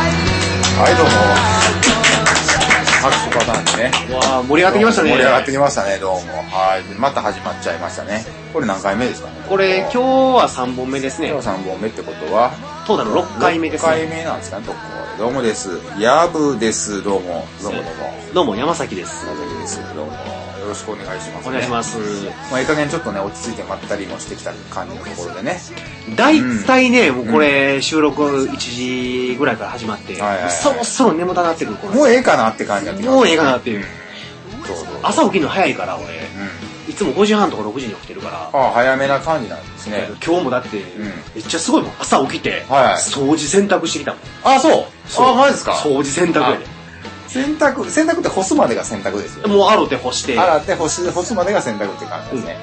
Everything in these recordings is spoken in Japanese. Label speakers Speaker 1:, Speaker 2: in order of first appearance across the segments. Speaker 1: はいどうも拍手パターンでね
Speaker 2: わあ盛り上がってきましたね
Speaker 1: 盛り上がってきましたねどうもはいでまた始まっちゃいましたねこれ何回目ですかね
Speaker 2: これ今日は3本目ですね
Speaker 1: 今日3本目ってことは
Speaker 2: トータル6回目です
Speaker 1: 6
Speaker 2: ね
Speaker 1: 回目なんですかねとこれどうもですヤブですどうもどうもどうも
Speaker 2: どうも山崎です
Speaker 1: 山崎ですどうもよろしくお願いしま
Speaker 2: お
Speaker 1: す、ね、
Speaker 2: 願いします
Speaker 1: まあ、いい加減ちょっとね落ち着いてまったりもしてきた感じのところでね
Speaker 2: 大体ねもうこれ収録1時ぐらいから始まって
Speaker 1: はいはいはい
Speaker 2: そろそろ眠たなってくるこれ
Speaker 1: もうええかなって感じになってきました
Speaker 2: もうええかなっていう
Speaker 1: そうそうそう
Speaker 2: 朝起きるの早いから俺
Speaker 1: う
Speaker 2: いつも5時半とか6時に起きてるから
Speaker 1: んああ早めな感じなんですね
Speaker 2: 今日もだって
Speaker 1: ん
Speaker 2: めっちゃすごいもん朝起きて
Speaker 1: はい
Speaker 2: 掃除洗濯してきたもん
Speaker 1: あそう
Speaker 2: そう
Speaker 1: あマジですか
Speaker 2: 掃除洗濯やで
Speaker 1: 洗濯洗濯って干すまでが洗濯ですよ
Speaker 2: もう洗って干して
Speaker 1: 洗って干す干すまでが洗濯って感じですね、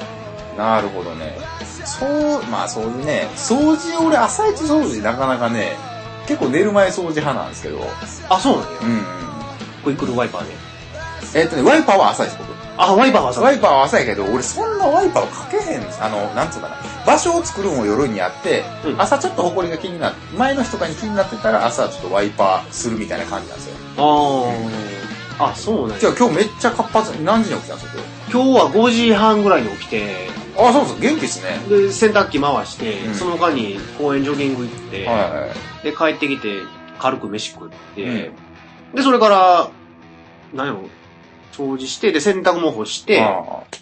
Speaker 1: なるほどねそうまあそういうね掃除俺朝一掃除なかなかね結構寝る前掃除派なんですけどうんうん
Speaker 2: あそうなんだよクイックルワイパーで
Speaker 1: えっとねワイパーは朝です僕
Speaker 2: あワイパーはさ
Speaker 1: ワイパーは朝やけど、俺そんなワイパーをかけへん、あの、なんつうかな、場所を作るんを夜にやって、
Speaker 2: うん
Speaker 1: 朝ちょっと埃が気になって、前の日とかに気になってたら朝ちょっとワイパーするみたいな感じなんですよ。
Speaker 2: あああそうなん
Speaker 1: じ
Speaker 2: や
Speaker 1: ゃあ今日めっちゃ活発に、何時に起きたんですか
Speaker 2: 今日は5時半ぐらいに起きて
Speaker 1: 今日あ、そうそう、元気ですね。
Speaker 2: で洗濯機回して、
Speaker 1: うん
Speaker 2: その間に公園ジョギング行って、
Speaker 1: は
Speaker 2: で帰ってきて軽く飯食って、
Speaker 1: うん
Speaker 2: でそれから何やろ掃除してで洗濯も干し
Speaker 1: いはい。
Speaker 2: て
Speaker 1: あ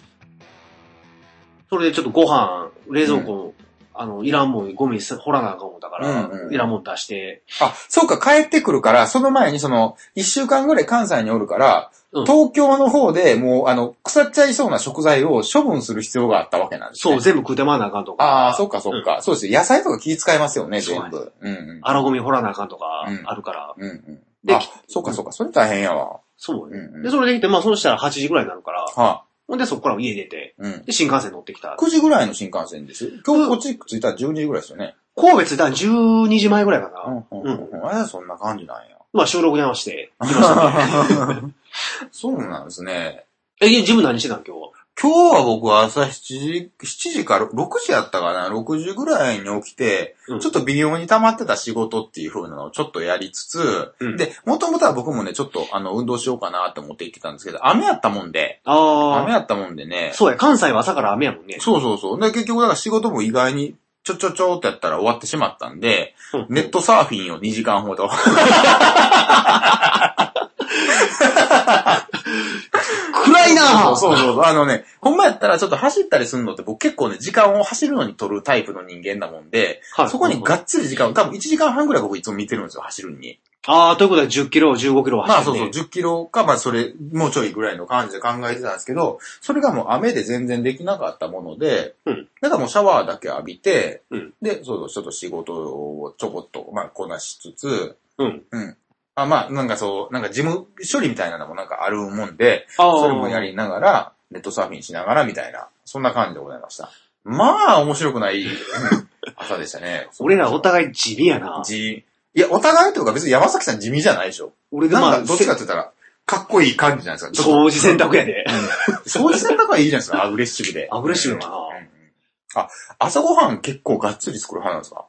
Speaker 2: それでちょっとご飯冷蔵庫、あのいらんもんゴミ掘らなあかん思ったから、
Speaker 1: うんうん
Speaker 2: いらんもん出して
Speaker 1: あ、そうか、帰ってくるから、その前にその、一週間ぐらい関西におるから、
Speaker 2: うん
Speaker 1: 東京の方でもう、あの、腐っちゃいそうな食材を処分する必要があったわけなんですね。
Speaker 2: そう全部食うてまわなあかんとか
Speaker 1: ああ、そっかそっか。そうですよ。野菜とか気使いますよね、
Speaker 2: そう
Speaker 1: 全部。うんうん。
Speaker 2: 荒ゴミ掘らなあかんとか
Speaker 1: うん
Speaker 2: あるから、
Speaker 1: うんうん。
Speaker 2: で
Speaker 1: あ、そうかそうか、それ大変やわ。
Speaker 2: そうね、
Speaker 1: うんうん
Speaker 2: でそれできてまあそうしたら8時ぐらいになるから
Speaker 1: は
Speaker 2: ほんでそこから家出て
Speaker 1: い。うん。
Speaker 2: で新幹線乗ってきた
Speaker 1: 9時ぐらいの新幹線です。今
Speaker 2: う
Speaker 1: 日
Speaker 2: ん
Speaker 1: こっち着いたら12時ぐらいですよね。
Speaker 2: 神戸着いたら12時前ぐらいかな、
Speaker 1: うんうんうん。あれそんな感じなんや。
Speaker 2: まあ収録に合わせて来ましたね。
Speaker 1: そうなんですね。
Speaker 2: え、自分何してたん今日。
Speaker 1: 今日は僕は朝7時、7時から6時やったかな、6時ぐらいに起きて、
Speaker 2: うん
Speaker 1: ちょっと微妙に溜まってた仕事っていう風なのをちょっとやりつつ、
Speaker 2: うん
Speaker 1: で、もともとは僕もね、ちょっとあの、運動しようかなって思って行ってたんですけど、雨やったもんで、
Speaker 2: あ
Speaker 1: 雨やったもんでね
Speaker 2: あ。、そうや、関西は朝から雨やもんね。
Speaker 1: そうそうそう。で、結局、だから仕事も意外に、ちょちょちょってやったら終わってしまったんで、
Speaker 2: うん
Speaker 1: ネットサーフィンを2時間 ほど。
Speaker 2: 暗いな
Speaker 1: そうそうそうそう。あのね、ほんまやったらちょっと走ったりするのって僕結構ね、時間を走るのに取るタイプの人間だもんで、
Speaker 2: はい
Speaker 1: そこにがっつり時間を、多分1時間半ぐらい僕いつも見てるんですよ、走るのに。
Speaker 2: ああ、ということは10キロ、15キロ
Speaker 1: まあ
Speaker 2: 走
Speaker 1: そ
Speaker 2: っ
Speaker 1: う
Speaker 2: て、
Speaker 1: そう、10キロか、まあそれ、もうちょいぐらいの感じで考えてたんですけど、それがもう雨で全然できなかったもので、
Speaker 2: うん
Speaker 1: だからもうシャワーだけ浴びて、
Speaker 2: うん
Speaker 1: で、そうそう、ちょっと仕事をちょこっと、まあこなしつつ、
Speaker 2: うん。
Speaker 1: うん。あまあ、なんかそう、なんか事務処理みたいなのもなんかあるもんで、
Speaker 2: ああ
Speaker 1: それもやりながら、ネットサーフィンしながらみたいな、そんな感じでございました。まあ、面白くないうん朝でしたね。
Speaker 2: 俺らお互い地味やな。
Speaker 1: 地いや、お互いというか別に山崎さん地味じゃないでしょ。
Speaker 2: 俺がま
Speaker 1: な
Speaker 2: あ、
Speaker 1: んか、どっちかって言ったら、かっこいい感じじゃないですか。ちょっ
Speaker 2: 掃除洗濯やで。
Speaker 1: と 掃除されたからいいじゃないですか、アグレッシブで。
Speaker 2: アグレッシブやな
Speaker 1: うんうんあ、朝ごはん結構がっつり作る派なんですか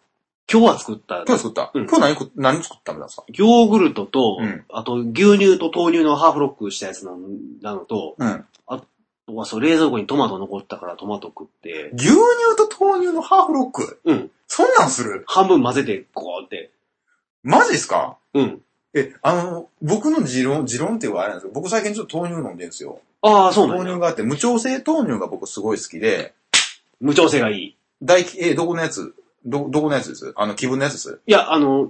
Speaker 2: 今日は作った、
Speaker 1: 今日作った、
Speaker 2: うん
Speaker 1: 今日何こ何作ったんですか
Speaker 2: ヨーグルトと、
Speaker 1: うん
Speaker 2: あと牛乳と豆乳のハーフロックしたやつなのなのと、
Speaker 1: うん。
Speaker 2: あとはそう冷蔵庫にトマト残ったからトマト食って、
Speaker 1: 牛乳と豆乳のハーフロック。
Speaker 2: うん。
Speaker 1: そんなんする
Speaker 2: 半分混ぜて、こうって。
Speaker 1: マジですか
Speaker 2: うん。
Speaker 1: え、あの、僕の持論、持論っていうかあれなんですけど、僕最近ちょっと豆乳飲んでるんですよ。
Speaker 2: ああ、そうなん
Speaker 1: 豆
Speaker 2: だ。
Speaker 1: 乳があって、無調整豆乳が僕すごい好きで、
Speaker 2: 無調整がいい。
Speaker 1: 大き、え、どこのやつど、どこのやつですあの、気分のやつです
Speaker 2: いや、あの、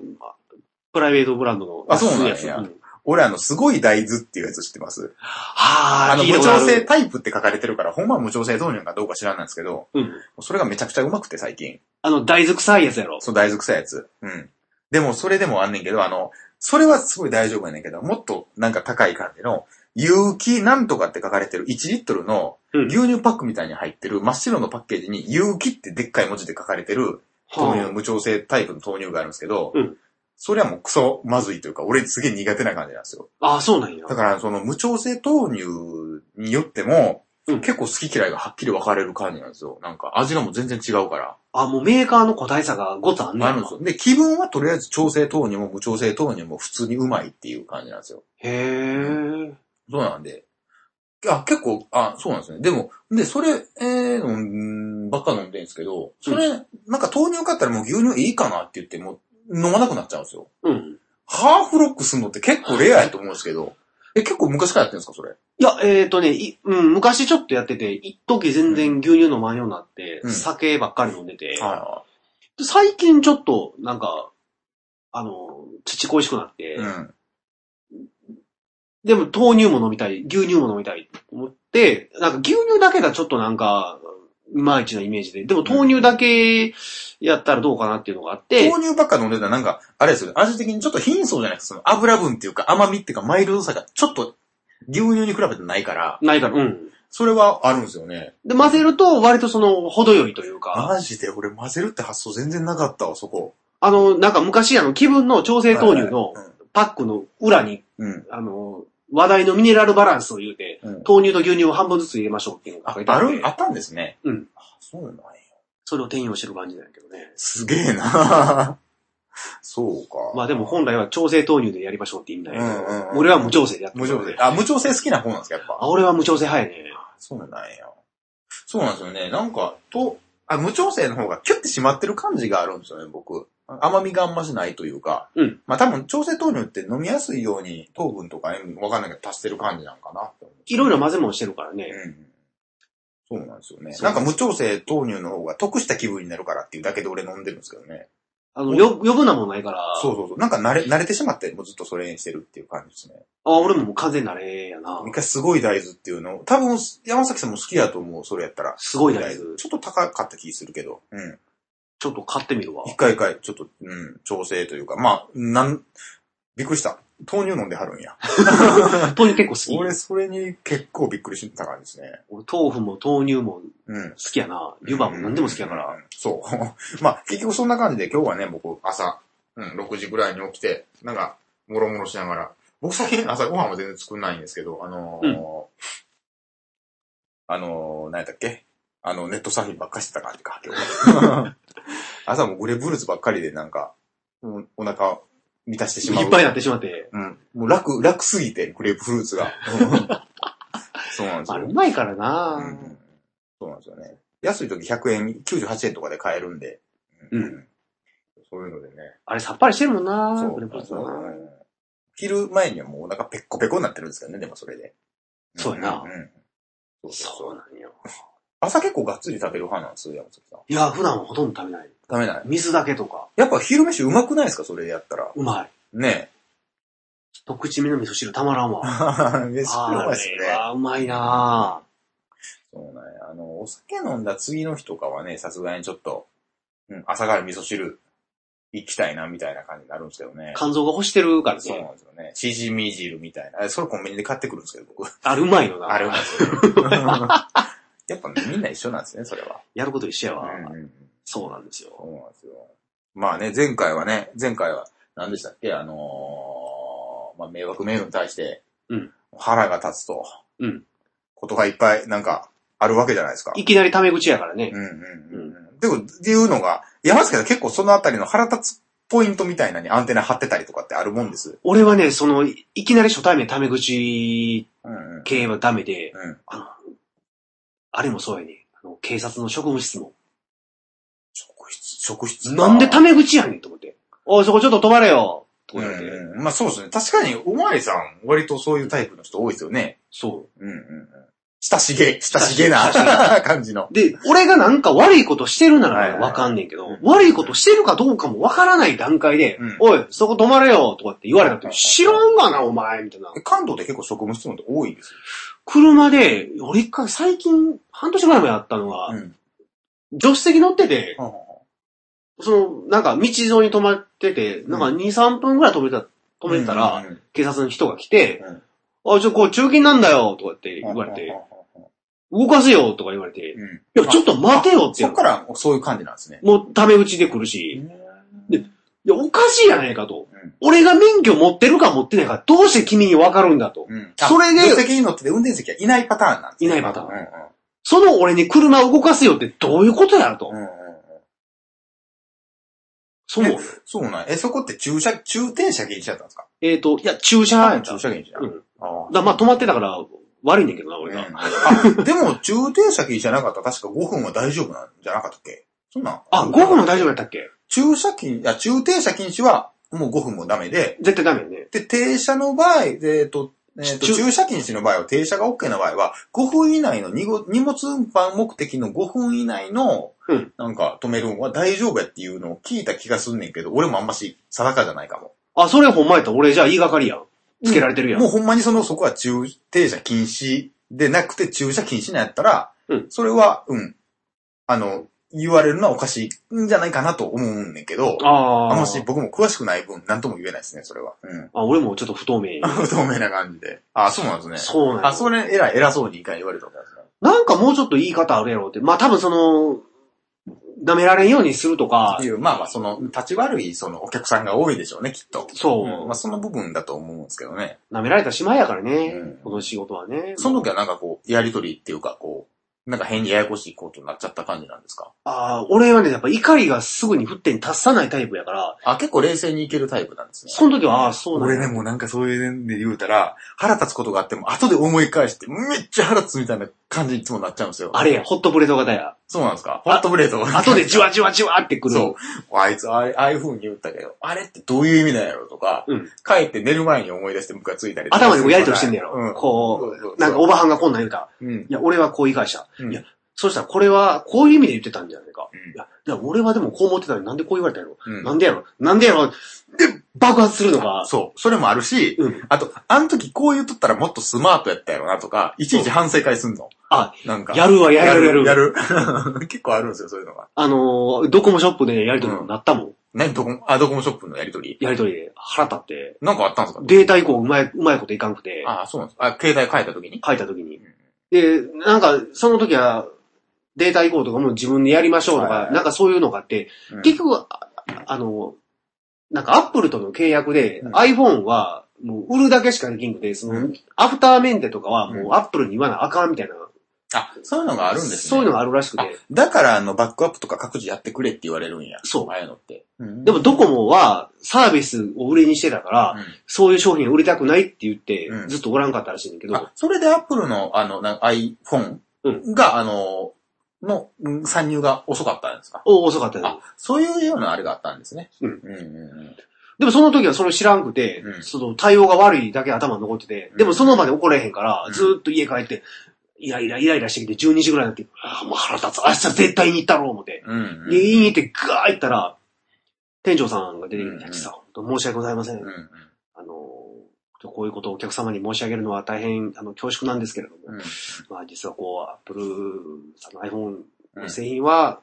Speaker 2: プライベートブランドの。
Speaker 1: あそうなんや
Speaker 2: 安いやつん
Speaker 1: 俺あの、すごい大豆っていうやつ知ってます
Speaker 2: は
Speaker 1: あ
Speaker 2: あ、
Speaker 1: の、
Speaker 2: 聞いた
Speaker 1: 無
Speaker 2: ことあ
Speaker 1: 調
Speaker 2: る
Speaker 1: 整。タイプって書かれてるから、ほんまは無調整豆乳かどうか知らないんですけど、
Speaker 2: うん。
Speaker 1: それがめちゃくちゃうまくて最近。
Speaker 2: あの、大豆臭いやつやろ。
Speaker 1: その大豆臭いやつ。うん。でも、それでもあんねんけど、あの、それはすごい大丈夫やねんけど、もっとなんか高い感じの、有機なんとかって書かれてる1リットルの、
Speaker 2: うん。
Speaker 1: 牛乳パックみたいに入ってる真っ白のパッケージに有機ってでっかい文字で書かれてる豆乳、
Speaker 2: は
Speaker 1: 無調整タイプの豆乳があるんですけど、
Speaker 2: うん
Speaker 1: それはもうクソまずいというか、俺すげえ苦手な感じなんですよ。
Speaker 2: ああ、そうなんや
Speaker 1: だ。からその無調整豆乳によっても、
Speaker 2: うん
Speaker 1: 結構好き嫌いがはっきり分かれる感じなんですよ。なんか味がもう全然違うから。
Speaker 2: あ、もうメーカーの個体差が5つあんね
Speaker 1: あ
Speaker 2: や
Speaker 1: るんですよ。で、気分はとりあえず調整等にも無調整等にも普通にうまいっていう感じなんですよ。
Speaker 2: へえ。
Speaker 1: そうなんで。あ、結構、あ、そうなんですね。でも、で、それ、えー、うんばっか飲んでるんですけど、それ、なんか豆乳買ったらもう牛乳いいかなって言って、もう飲まなくなっちゃうんですよ。
Speaker 2: うん。
Speaker 1: ハーフロックするのって結構レアやと思うんですけど、え、結構昔からやってるんですか、それ。
Speaker 2: いや、えっ、とね、いうん、昔ちょっとやってて、一時全然牛乳飲まんようになって、
Speaker 1: うん
Speaker 2: 酒ばっかり飲んでて、
Speaker 1: は
Speaker 2: 最近ちょっと、なんか、あの、父恋しくなって、
Speaker 1: いはい。うん。
Speaker 2: でも豆乳も飲みたい、牛乳も飲みたいと思って、なんか牛乳だけがちょっとなんか、いまいちなイメージで、でも豆乳だけやったらどうかなっていうのがあって、
Speaker 1: 豆乳ばっか飲んでたらなんか、あれですよね、味的にちょっと貧相じゃなくて、その油分っていうか甘みっていうかマイルドさがちょっと牛乳に比べてないから、
Speaker 2: ないから、うん。
Speaker 1: それはあるんですよね。
Speaker 2: で、混ぜると割とその、程よいというか、
Speaker 1: マジで俺混ぜるって発想全然なかったわ、そこ。
Speaker 2: あの、なんか昔あの、気分の調整豆乳のパックの裏に、
Speaker 1: うん。
Speaker 2: あの、話題のミネラルバランスを言うて、
Speaker 1: うん。
Speaker 2: 豆乳と牛乳を半分ずつ入れましょうっていうのが
Speaker 1: あ
Speaker 2: 書いて
Speaker 1: あ
Speaker 2: あって
Speaker 1: る、あったんですね。
Speaker 2: うん。
Speaker 1: あ、そうなんや。
Speaker 2: それを転用してる感じなんやけどね。
Speaker 1: すげえな そうか。
Speaker 2: まあでも本来は調整豆乳でやりましょうって言うんだけど、
Speaker 1: うんうんうん
Speaker 2: 俺は無調整でやって
Speaker 1: 無
Speaker 2: る
Speaker 1: 調整。あ、無調整好きな方なんですか、やっぱ。
Speaker 2: あ、俺は無調整派やね。
Speaker 1: そうなんや。そうなんですよね。なんか、と、あ、無調整の方がキュッてしまってる感じがあるんですよね、僕。甘みがあんましないというか。
Speaker 2: うん。
Speaker 1: まあ多分、調整豆乳って飲みやすいように糖分とか塩分わかんないけど足してる感じなんかなって思う。
Speaker 2: いろいろ混ぜもんしてるからね。
Speaker 1: うん。そうなんですよね。
Speaker 2: そう
Speaker 1: なんか無調整豆乳の方が得した気分になるからっていうだけで俺飲んでるんですけどね。
Speaker 2: あの、よ、余分なもんないから。
Speaker 1: そうそうそう。なんか慣れ、慣れてしまって、もうずっとそれにしてるっていう感じですね。
Speaker 2: あ、俺ももう完全なれやな
Speaker 1: 一。回すごい大豆っていうのを、多分山崎さんも好きだと思う、それやったら。
Speaker 2: すごい大豆。
Speaker 1: ちょっと高かった気するけど。うん。
Speaker 2: ちょっと買ってみるわ。
Speaker 1: 一回一回、ちょっと、うん、調整というか、まあ、なん、びっくりした。豆乳飲んではるんや。
Speaker 2: 豆乳結構好き。
Speaker 1: 俺、それに結構びっくりした感じですね。
Speaker 2: 俺、豆腐も豆乳も
Speaker 1: うん。
Speaker 2: 好きやな。湯葉も何でも好きやから。
Speaker 1: うん。そう。 まあ、結局そんな感じで今日はね、僕、朝、うん、6時ぐらいに起きて、なんか、もろもろしながら。僕最近朝ご飯は全然作んないんですけど、あのー
Speaker 2: うん
Speaker 1: あのー、何やったっけあの、ネットサーフィンばっかしてた感じか、今日。 朝もグレブルズばっかりでなんか、うんお腹満たしてしまう。
Speaker 2: いっぱいになってしまって。
Speaker 1: うん。もう楽、楽すぎて、グレープフルーツ が。そうなんです
Speaker 2: まあ、
Speaker 1: よ
Speaker 2: う。まいからな、
Speaker 1: うんそうなんですよね。安い時100円、98円とかで買えるんで。
Speaker 2: うん
Speaker 1: そういうのでね。
Speaker 2: あれさっぱりしてるもんな
Speaker 1: そう
Speaker 2: グレープフルーツな
Speaker 1: うん昼前にはもうお腹ペッコペコになってるんですけどね、でもそれで。
Speaker 2: そうやなん
Speaker 1: んそうそうそう
Speaker 2: そうなんよ。
Speaker 1: 朝結構がっつり食べる派なんですよ、山崎さん。
Speaker 2: いや、普段はほとんど食べない。
Speaker 1: ダメない。
Speaker 2: 水だけとか。
Speaker 1: やっぱ昼飯うまくないですか、それやったら。
Speaker 2: うまい。
Speaker 1: ね
Speaker 2: 一口目の味噌汁たまらん
Speaker 1: え。
Speaker 2: わ。
Speaker 1: 飯食うまい
Speaker 2: あ
Speaker 1: ですよ
Speaker 2: れ
Speaker 1: ね。
Speaker 2: はうまいな
Speaker 1: そうなんや。あの、お酒飲んだ次の日とかはね、さすがにちょっと、うん、朝から味噌汁行きたいな、みたいな感じになるんですけどね。
Speaker 2: 肝臓が欲してるから
Speaker 1: そう
Speaker 2: ね。
Speaker 1: なんですよね。しじみ汁みたいな。あそれコンビニで買ってくるんですけど、僕。
Speaker 2: あれうまいよな。
Speaker 1: あれ は。やっぱねみんな一緒なんですね、それは。
Speaker 2: やること一緒やわ。
Speaker 1: うんうん
Speaker 2: そうなんですよ。
Speaker 1: そうなんですよ。まあね、前回はね、前回は、何でしたっけ、あのー、まあ迷惑メールに対して
Speaker 2: うん、
Speaker 1: 腹が立つと、
Speaker 2: うん
Speaker 1: ことがいっぱい、なんか、あるわけじゃないですか。
Speaker 2: いきなりタメ口やからね。
Speaker 1: うんうんうんうん。でも、っていうのが、山崎さん結構そのあたりの腹立つポイントみたいなのにアンテナ張ってたりとかってあるもんです。
Speaker 2: 俺はね、その、いいきなり初対面タメ口
Speaker 1: うんうん。
Speaker 2: 系はダメで、
Speaker 1: うん。
Speaker 2: あの、あれもそうやね。あの、警察の職務質問。
Speaker 1: 職質、職質か
Speaker 2: なんでタメ口やねんと思って。おい、そこちょっと止まれよとか言われて。
Speaker 1: うんうん、まあそうですね。確かに、おまわりさん、割とそういうタイプの人多いですよね。
Speaker 2: そ
Speaker 1: うんうんうん。親しげ、親しげな
Speaker 2: 親
Speaker 1: 感じの。
Speaker 2: う。で、俺がなんか悪いことしてるならねわかんねんけど、
Speaker 1: うん
Speaker 2: 悪いことしてるかどうかもわからない段階で、
Speaker 1: うん
Speaker 2: おい、そこ止まれよとかって言われた
Speaker 1: う
Speaker 2: 時
Speaker 1: ん
Speaker 2: 知らんがな、お前みたいな。
Speaker 1: 関東って結構職務質問って多いんです
Speaker 2: 車で、俺一回最近、半年ぐらい前あったのが、
Speaker 1: よ。ん。
Speaker 2: 助手席乗ってて、
Speaker 1: は
Speaker 2: その、なんか道沿いに止まってて、なんか2、3分ぐらい止めた、止めてたら、
Speaker 1: うんうん
Speaker 2: 警察の人が来て、
Speaker 1: うん
Speaker 2: あ、ちょ、こう中金なんだよとかって
Speaker 1: うん
Speaker 2: 言われて、。
Speaker 1: うん
Speaker 2: 動かせよとか言われて、
Speaker 1: うん。
Speaker 2: いや、ちょっと待てよって
Speaker 1: そ
Speaker 2: 言う
Speaker 1: っからそういう感じなんですね。
Speaker 2: もうタメ口で来るし、でいや、おかしいやないかと。
Speaker 1: うん
Speaker 2: 俺が免許持ってるか持ってないか、どうして君にわかるんだと。
Speaker 1: うん。
Speaker 2: それで
Speaker 1: あ助手席に乗ってて運転席はいないパターンなんですね
Speaker 2: いないパターン
Speaker 1: うんうん
Speaker 2: その俺に車を動かせよってどういうことやと。
Speaker 1: うんうん
Speaker 2: そう。
Speaker 1: えそうなんやえ、そこって駐車、駐停車禁止だったんですか
Speaker 2: えっ、と、いや、駐車やった。
Speaker 1: 駐
Speaker 2: だか
Speaker 1: 車禁止だ。
Speaker 2: うん
Speaker 1: あ
Speaker 2: らまあ止まってたから悪いねんけどな、俺が。
Speaker 1: あ。うんあでも、駐停車禁止じゃなかったら確か5分は大丈夫なんじゃなかったっけそんなん。
Speaker 2: あ、5分も大丈夫やったっけ
Speaker 1: 駐車禁、いや、駐停車禁止はもう5分もダメで、
Speaker 2: 絶対ダメよね。
Speaker 1: で、停車の場合、えっ、と、えーと
Speaker 2: 駐
Speaker 1: 駐車禁止の場合は、停車が OK な場合は、5分以内の荷物荷物運搬目的の5分以内の
Speaker 2: うん、
Speaker 1: なんか止めるのは大丈夫やっていうのを聞いた気がすんねんけど、俺もあんまし定かじゃないかも。
Speaker 2: あ、それほんまやった。俺じゃあ言いがかりやん。つけられてるやん。
Speaker 1: もうほんまにその、そこは駐停車禁止でなくて駐車禁止なんやったら、
Speaker 2: うん
Speaker 1: それは、うん。あの、言われるのはおかしいんじゃないかなと思うんねんけど、
Speaker 2: あ
Speaker 1: あ
Speaker 2: あ。
Speaker 1: んまし僕も詳しくない分、なんとも言えないですね、それは。うん。
Speaker 2: あ、俺もちょっと不透 明。
Speaker 1: 不透明な感じで。あ、そうなんですね。
Speaker 2: そうなんや
Speaker 1: あ、それ偉い、偉そうに一回言われたことあるんですね。
Speaker 2: なんかもうちょっと言い方あるやろうって。まあ多分その、舐められんようにするとか
Speaker 1: って、いう、まあまあ、その、立ち悪い、その、お客さんが多いでしょうね、きっと。
Speaker 2: そう、
Speaker 1: うんまあ、その部分だと思うんですけどね。
Speaker 2: 舐められたしまいやからね、
Speaker 1: うん
Speaker 2: この仕事はね。
Speaker 1: その時はなんかこう、やりとりっていうか、こう、なんか変にややこしいことになっちゃった感じなんですか
Speaker 2: ああ、俺はね、やっぱ怒りがすぐに沸点に達さないタイプやから、
Speaker 1: あ、結構冷静にいけるタイプなんですね。
Speaker 2: その時は、ああ、そうなん
Speaker 1: 俺
Speaker 2: や
Speaker 1: ね、もうなんかそういう面で言うたら、腹立つことがあっても、後で思い返して、めっちゃ腹立つみたいな感じにいつもなっちゃうんですよ。
Speaker 2: あれや、ホットプレート型や。
Speaker 1: そうなんですかホットブレード。
Speaker 2: 後でじわじわじわってくる。
Speaker 1: そう。あいつ、ああああいう風に言ったけど、あれってどういう意味なんやろとか、
Speaker 2: うん
Speaker 1: 帰って寝る前に思い出してムカついたりとか
Speaker 2: 頭でこうやりとりしてんだやろ。
Speaker 1: うん。
Speaker 2: こ
Speaker 1: そうそう
Speaker 2: う、なんかおばはんがこんなん言うた。
Speaker 1: うん
Speaker 2: い。や、俺はこう言い返した。
Speaker 1: うん
Speaker 2: いや、そしたらこれは、こういう意味で言ってたんじゃないか。
Speaker 1: うん
Speaker 2: いや、でも俺はでもこう思ってたのになんでこう言われたんやろ。
Speaker 1: うん
Speaker 2: なんでやろなんでやろで、爆発するのが、
Speaker 1: そう。それもあるし、
Speaker 2: うん
Speaker 1: あと、あの時こう言っとったらもっとスマートやったやろなとか、いちいち反省会すんの。
Speaker 2: あ、
Speaker 1: なんか。
Speaker 2: やるわ、やるやる。
Speaker 1: やる。 やる結構あるんですよ、そういうのが。
Speaker 2: あのー、ドコモショップでやりとりになったもん。
Speaker 1: 何ドコモ、あ、ドコモショップのやりとり
Speaker 2: やりとりで腹立って、
Speaker 1: なんかあったんですか
Speaker 2: データ以降うまい、うまいこといかんくて、
Speaker 1: あそうなんですあ、携帯変えた時に
Speaker 2: 書いたときに
Speaker 1: うん。
Speaker 2: で、なんか、その時は、データ以降とかも自分でやりましょうと
Speaker 1: はいはい
Speaker 2: か
Speaker 1: は、い
Speaker 2: なんかそういうのがあって、
Speaker 1: うん
Speaker 2: 結局、ああの、なんかアップルとの契約で
Speaker 1: うん
Speaker 2: iPhone はもう売るだけしかできんくて、そうの
Speaker 1: ん
Speaker 2: アフターメンテとかはもううんアップルに言わなあかんみたいな。
Speaker 1: あ、そういうのがあるんですね。
Speaker 2: そういうのがあるらしく
Speaker 1: あ
Speaker 2: て。
Speaker 1: だから、あの、バックアップとか各自やってくれって言われるんや。
Speaker 2: そう
Speaker 1: ああいうのって。
Speaker 2: でもドコモはサービスを売りにしてたから、そういう商品売りたくないって言って
Speaker 1: う、ん
Speaker 2: ずっとおらんかったらしいんだけ
Speaker 1: うん、
Speaker 2: ど
Speaker 1: あ、、それでアップルの、あの、なんか iPhone
Speaker 2: う
Speaker 1: が、あの、の、うん参入が遅かったんですか
Speaker 2: お遅かったよ
Speaker 1: あ、そういうようなあれがあったんですね。
Speaker 2: うん
Speaker 1: うんうん
Speaker 2: でもその時はそれを知らんくて、
Speaker 1: うん
Speaker 2: その対応が悪いだけ頭に残ってて、
Speaker 1: うん
Speaker 2: でもその場で怒れへんから、
Speaker 1: うん
Speaker 2: ずーっと家帰って、イライライライラしてきて12時ぐらいになって、ああ、もう腹立つ。明日絶対に行ったろう思って。
Speaker 1: うん。うん
Speaker 2: で、家に行ってガーッ行ったら、店長さんが出てきて、
Speaker 1: うん
Speaker 2: 百さん、本当申し訳ございません。
Speaker 1: うん。
Speaker 2: あのー、こういうことをお客様に申し上げるのは大変、あの、恐縮なんですけれども、
Speaker 1: うん
Speaker 2: まあ実はこう、Apple さんの iPhone
Speaker 1: う
Speaker 2: の
Speaker 1: ん
Speaker 2: 製品は、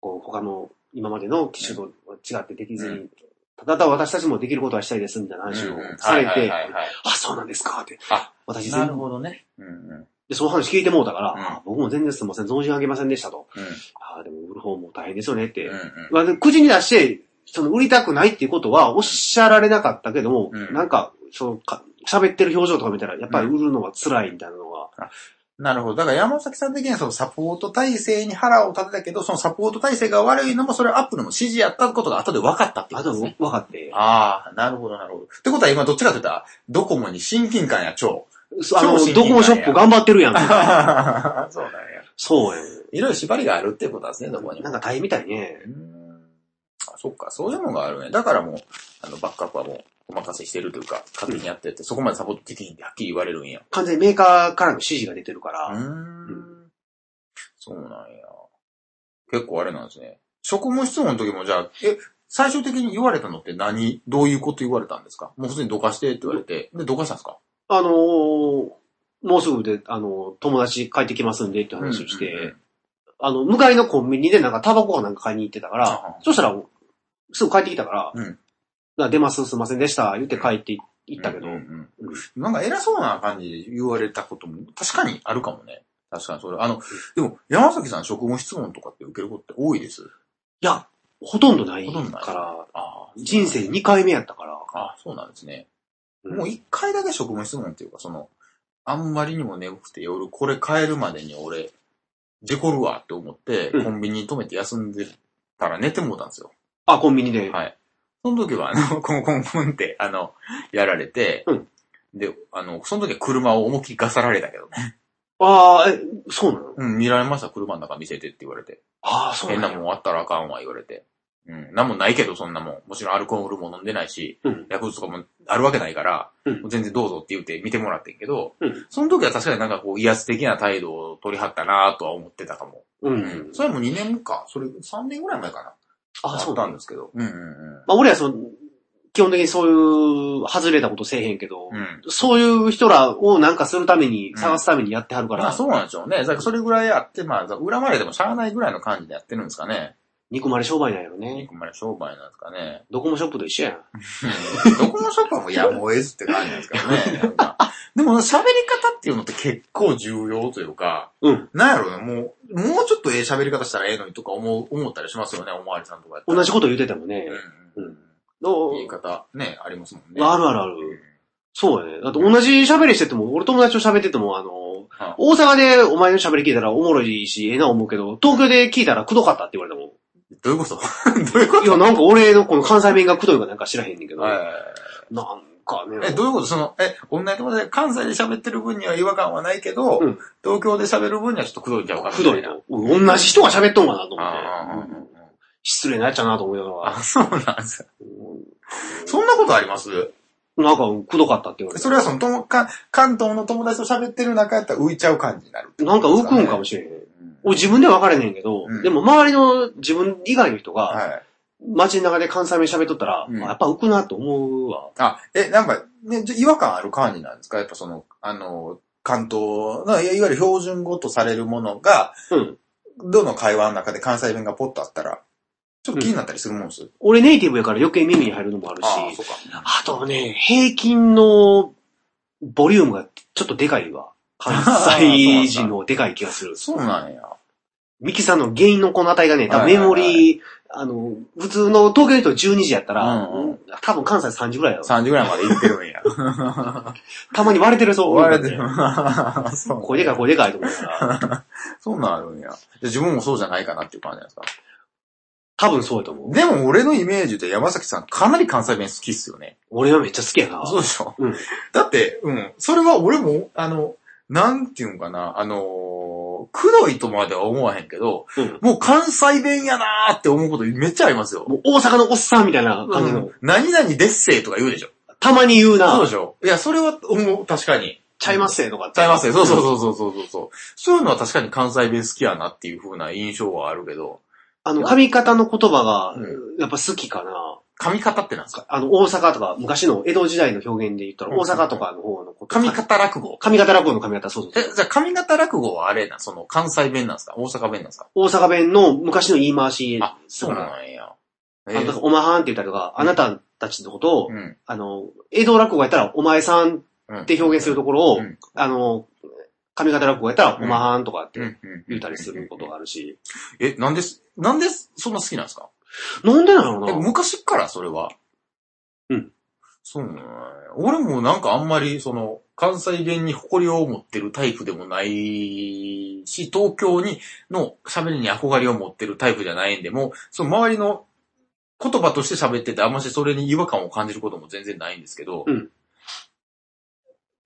Speaker 2: こう他の今までの機種と違ってできずに、
Speaker 1: う
Speaker 2: ただただ私たちもできることはしたいですみたいな話を
Speaker 1: うんうん
Speaker 2: され
Speaker 1: はい
Speaker 2: て、
Speaker 1: はいはいはい
Speaker 2: あ、そうなんですかって。
Speaker 1: あ
Speaker 2: 私
Speaker 1: な
Speaker 2: 全
Speaker 1: る
Speaker 2: 部
Speaker 1: ほどね。うんうん。
Speaker 2: で、その話聞いてもうたから、
Speaker 1: うん
Speaker 2: あ僕も全然すみません、存じ上げませんでしたと。
Speaker 1: うん
Speaker 2: あでも売る方も大変ですよねって。
Speaker 1: うんうん
Speaker 2: まあ、で口に出して、その売りたくないっていうことはおっしゃられなかったけども、
Speaker 1: うん
Speaker 2: なんか、そのか、喋ってる表情とか見たら、やっぱり売るのは辛いみたいなのが、
Speaker 1: なるほど。だから山崎さん的にはそのサポート体制に腹を立てたけど、そのサポート体制が悪いのもそれはアップルの指示やったことが後で分かったってこ
Speaker 2: あ
Speaker 1: と
Speaker 2: と
Speaker 1: ですね。
Speaker 2: 分かって、
Speaker 1: ああ、なるほど、なるほど。ってことは今どっちかって言ったら、ドコモに親近感や、超。
Speaker 2: あ
Speaker 1: 超
Speaker 2: の
Speaker 1: 親近感、や
Speaker 2: ドコモショップ頑張ってるやん。
Speaker 1: そうなんや。
Speaker 2: そうやん。
Speaker 1: いろいろ縛りがあるっていうことなんですね、ドコモに
Speaker 2: な
Speaker 1: も。
Speaker 2: んか大変みたいね。
Speaker 1: うーんあそっか、そういうのがあるね。だからもう、あの、バックアップはもう、お任せしてるというか、勝手にやってて、そこまでサポートできひんってはっきり言われるんや。
Speaker 2: 完全にメーカーからの指示が出てるか
Speaker 1: う
Speaker 2: ら。
Speaker 1: ーん。そうなんや。結構あれなんですね。職務質問の時もじゃあ、え、最終的に言われたのって何どういうこと言われたんですかもう普通にどかしてって言われて、で、どかしたんですか
Speaker 2: あのーもうすぐで、あのー友達帰ってきますんでって話をして、
Speaker 1: うんうんうん
Speaker 2: あの、向かいのコンビニでなんかタバコかなんか買いに行ってたから、
Speaker 1: うん
Speaker 2: そしたら、すぐ帰ってきたから、
Speaker 1: うん
Speaker 2: だから出ます、すいませんでした、言って帰って行ったけど、
Speaker 1: うんうんうんなんか偉そうな感じで言われたことも確かにあるかもね。確かにそれ。あの、でも山崎さん職務質問とかって受けることって多いです。
Speaker 2: いや、ほとんどない
Speaker 1: ほとんどない
Speaker 2: から、
Speaker 1: ああ。
Speaker 2: 人生2回目やったから。
Speaker 1: あそうなんです
Speaker 2: うん
Speaker 1: ね。もう一回だけ職務質問っていうか、その、あんまりにも眠くて夜これ帰るまでに俺、事故るわって思って、
Speaker 2: うん
Speaker 1: コンビニに止めて休んでたら寝てもうたんですよ。
Speaker 2: あ、コンビニで。
Speaker 1: はい。その時は、あの、 コンコンコンって、あの、やられて、
Speaker 2: うん
Speaker 1: で、あの、その時は車を思いっきりガサられたけどね。
Speaker 2: ああ、え、そうなの
Speaker 1: うん、見られました、車の中見せてって言われて。
Speaker 2: ああ、そう
Speaker 1: 変
Speaker 2: な
Speaker 1: な
Speaker 2: の
Speaker 1: もんあったらあかんわ、言われて。うん、なんもないけど、そんなもん。もちろんアルコールも飲んでないし、
Speaker 2: うん
Speaker 1: 薬物とかもあるわけないから、
Speaker 2: うん
Speaker 1: 全然どうぞって言って見てもらってんけど、
Speaker 2: うん
Speaker 1: その時は確かになんかこう威圧的な態度を取り張ったなとは思ってたかも。
Speaker 2: う。
Speaker 1: うんそれはもう2年か、それ3年ぐらい前かな。
Speaker 2: あ、そう
Speaker 1: だ
Speaker 2: な
Speaker 1: ったん
Speaker 2: の
Speaker 1: ですけど。うんうん
Speaker 2: まあ、俺はその、基本的にそういう、外れたことせえへんけど、
Speaker 1: うん。うん。
Speaker 2: そういう人らをなんかするために、探すためにやってはるか
Speaker 1: まあ
Speaker 2: ら、
Speaker 1: そうなんでしょうね。だからそれぐらいあって、まあ、恨まれてもしゃあないぐらいの感じでやってるんですかね。
Speaker 2: 憎まれ商売なんやろね。
Speaker 1: 肉まで商売なんですかね。
Speaker 2: ドコモショップと一緒やん。
Speaker 1: どこもショップはもうやむを得ずって感じなんですけどね。なんか でも喋り方っていうのって結構重要というか、
Speaker 2: うん。
Speaker 1: なんやろうね、もう、もうちょっとええ喋り方したらええのにとか思う、思ったりしますよね、おまわりさんとかやったら
Speaker 2: 同じこと言ってたもんね。
Speaker 1: うん
Speaker 2: う
Speaker 1: うんん。
Speaker 2: どう
Speaker 1: 言い方ね、ありますもんね。
Speaker 2: あるあるある
Speaker 1: うん
Speaker 2: そうやね。だって同じ喋りしてても、俺友達と喋ってても、あの、
Speaker 1: はい
Speaker 2: 大阪でお前の喋り聞いたらおもろいし、ええな思うけど、東京で聞いたらくどかったって言われたも
Speaker 1: どういうこと どういうこ
Speaker 2: ん。いや、なんか俺のこの関西弁がくどいかなんか知らへんねんけ
Speaker 1: と
Speaker 2: ど、
Speaker 1: はい
Speaker 2: なんかね。
Speaker 1: え、どういうことその、え、同じことで関西で喋ってる分には違和感はないけど、
Speaker 2: うん
Speaker 1: 東京で喋る分にはちょっとくどいんちゃうか
Speaker 2: くどい
Speaker 1: みた
Speaker 2: と。うん同じ人が喋っとんかなと
Speaker 1: いな。
Speaker 2: 思っ
Speaker 1: あ
Speaker 2: て。うん
Speaker 1: ー
Speaker 2: 失礼なやっちゃうなと思いながら
Speaker 1: あ、そうなんですよ。
Speaker 2: う
Speaker 1: そんなことあります
Speaker 2: ん。なんか、くどかったって言われ
Speaker 1: そ
Speaker 2: た。
Speaker 1: れはそのとも、か関東の友達と喋ってる中やったら浮いちゃう感じになるってこ
Speaker 2: なんか
Speaker 1: とです
Speaker 2: 浮
Speaker 1: ね。
Speaker 2: くんかもしれへん。
Speaker 1: うん
Speaker 2: 俺自分では分かれへんけど、
Speaker 1: うん
Speaker 2: でも周りの自分以外の人が、
Speaker 1: はい。
Speaker 2: 街の中で関西弁喋っとったら、
Speaker 1: うん
Speaker 2: あやっぱ浮くなと思うわ。
Speaker 1: あ、え、なんか、ね、じゃ違和感ある感じなんですかやっぱその、あの、関東の、いやいわゆる標準語とされるものが、
Speaker 2: うん
Speaker 1: どの会話の中で関西弁がポッとあったら、ちょっと気になったりするもんです、
Speaker 2: 俺ネイティブやから余計耳に入るのもある
Speaker 1: ああ、
Speaker 2: し、
Speaker 1: そうか。
Speaker 2: あとね、平均のボリュームがちょっとでかいわ。関西人の方がでかい気がす る。
Speaker 1: そうなんや。
Speaker 2: ミキさんの原因のこの値がね、多分
Speaker 1: はい
Speaker 2: メ
Speaker 1: はい
Speaker 2: モ
Speaker 1: はい
Speaker 2: リー、あの、普通の東京の人12時やったら、
Speaker 1: うんうん
Speaker 2: 多分関西3時ぐらいやろ。
Speaker 1: 3時ぐらいまで行ってるん や。
Speaker 2: たまに割れてるそう。
Speaker 1: 割れてる。 そう
Speaker 2: 声でかい声でかいと思うから、
Speaker 1: そうなんあるんや。で自分もそうじゃないかなっていう感じなんですか。
Speaker 2: 多分そうやと思う。
Speaker 1: でも俺のイメージで山崎さんかなり関西弁好きっすよね。
Speaker 2: 俺はめっちゃ好きやな。
Speaker 1: そうでしょ、
Speaker 2: うん
Speaker 1: だって、うん。それは俺も、あの、なんていうんかな、あのー、くどいとまでは思わへんけど、
Speaker 2: うん
Speaker 1: もう関西弁やなーって思うことめっちゃありますよ。
Speaker 2: もう大阪のおっさんみたいな感じの、
Speaker 1: うん何々でっせーとか言うでしょ。
Speaker 2: たまに言う
Speaker 1: そう
Speaker 2: な、
Speaker 1: でしょ。いや、それは思う、確かに。
Speaker 2: ちゃいますせとかって
Speaker 1: ちゃいますね。そうそうそうそうそうそうそう。そういうのは確かに関西弁好きやなっていう風な印象はあるけど、
Speaker 2: あの、髪型の言葉が
Speaker 1: う、
Speaker 2: やっぱ好きかな。
Speaker 1: 髪型ってなんですか
Speaker 2: あの、大阪とか、昔の江戸時代の表現で言ったら、
Speaker 1: うん
Speaker 2: 大阪とかの方のこと。
Speaker 1: 髪型落語
Speaker 2: 髪型落語の髪型、そうそう
Speaker 1: え
Speaker 2: そう。、
Speaker 1: じゃあ髪型落語はあれな、その関西弁なんですか大阪弁なんですか
Speaker 2: 大阪弁の昔の言い回し。
Speaker 1: あ、そう
Speaker 2: だか
Speaker 1: なんや。え
Speaker 2: らあのだ
Speaker 1: ー
Speaker 2: からおまはんって言ったりとか、
Speaker 1: うん
Speaker 2: あなたたちのことを
Speaker 1: う、ん
Speaker 2: あの、江戸落語やったら、お前さん
Speaker 1: うん
Speaker 2: って表現するところを
Speaker 1: うん、
Speaker 2: あの、髪型落語やったら、
Speaker 1: うん
Speaker 2: おまはんとかって
Speaker 1: うん
Speaker 2: 言ったりすることがあるし。
Speaker 1: え、なんです、なんでそんな好きなんですか
Speaker 2: なんでなの
Speaker 1: え、
Speaker 2: かな
Speaker 1: 昔っからそれは。
Speaker 2: うん。
Speaker 1: そうなんや俺もなんかあんまり、その、関西弁に誇りを持ってるタイプでもないし、東京に、の喋りに憧れを持ってるタイプじゃないんで、もう、その周りの言葉として喋ってて、あんましそれに違和感を感じることも全然ないんですけど、
Speaker 2: うん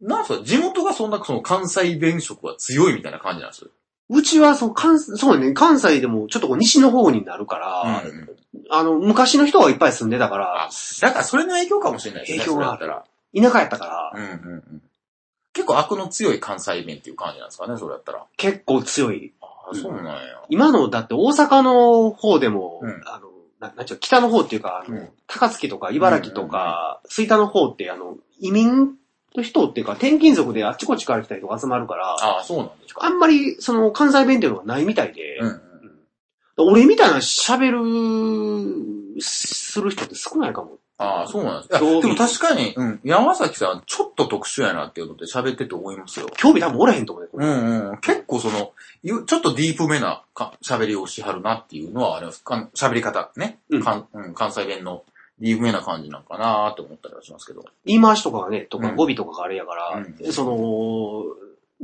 Speaker 1: なんすか、地元がそんな、その関西弁色は強いみたいな感じなんです
Speaker 2: うちは、そう、関、そうね、関西でもちょっとこう西の方になるから、
Speaker 1: うん
Speaker 2: あの、昔の人がいっぱい住んでたから
Speaker 1: あ、だからそれの影響かもしれないですね。
Speaker 2: 影響がある
Speaker 1: それだったら。
Speaker 2: 田舎やったから、
Speaker 1: うんうんうん。結構悪の強い関西弁っていう感じなんですかね、それだったら。
Speaker 2: 結構強い。
Speaker 1: ああ、そうなんや。
Speaker 2: 今の、だって大阪の方でも、
Speaker 1: うん
Speaker 2: あの、ななんちゅう、北の方っていうか、あの、
Speaker 1: うん
Speaker 2: 高槻とか茨城とか、吹田の方って、あの、移民の人っていうか、転勤族であっちこっちから来た人が集まるから、あ
Speaker 1: ああ、そうなんですか。
Speaker 2: んまり、その、関西弁っていうのがないみたいで、
Speaker 1: うんうん。
Speaker 2: 俺みたいな喋る、する人って少ないかも。
Speaker 1: ああ、そうなんです。い
Speaker 2: 興
Speaker 1: や
Speaker 2: 味
Speaker 1: でも確かに、うん、山崎さん、ちょっと特殊やなっていうので喋ってて思いますよ。
Speaker 2: 興味多分おらへんと思うね、こ
Speaker 1: う
Speaker 2: れ。
Speaker 1: んうん。結構その、ゆちょっとディープめなか喋りをしはるなっていうのはあります。かん喋り方ね。
Speaker 2: うん
Speaker 1: かんうん、関西弁のディープめな感じなんかなーって思ったりはしますけど。
Speaker 2: 言い回しとかがね、と
Speaker 1: う
Speaker 2: か
Speaker 1: ん
Speaker 2: 語尾とかがあれやから、
Speaker 1: うん
Speaker 2: その、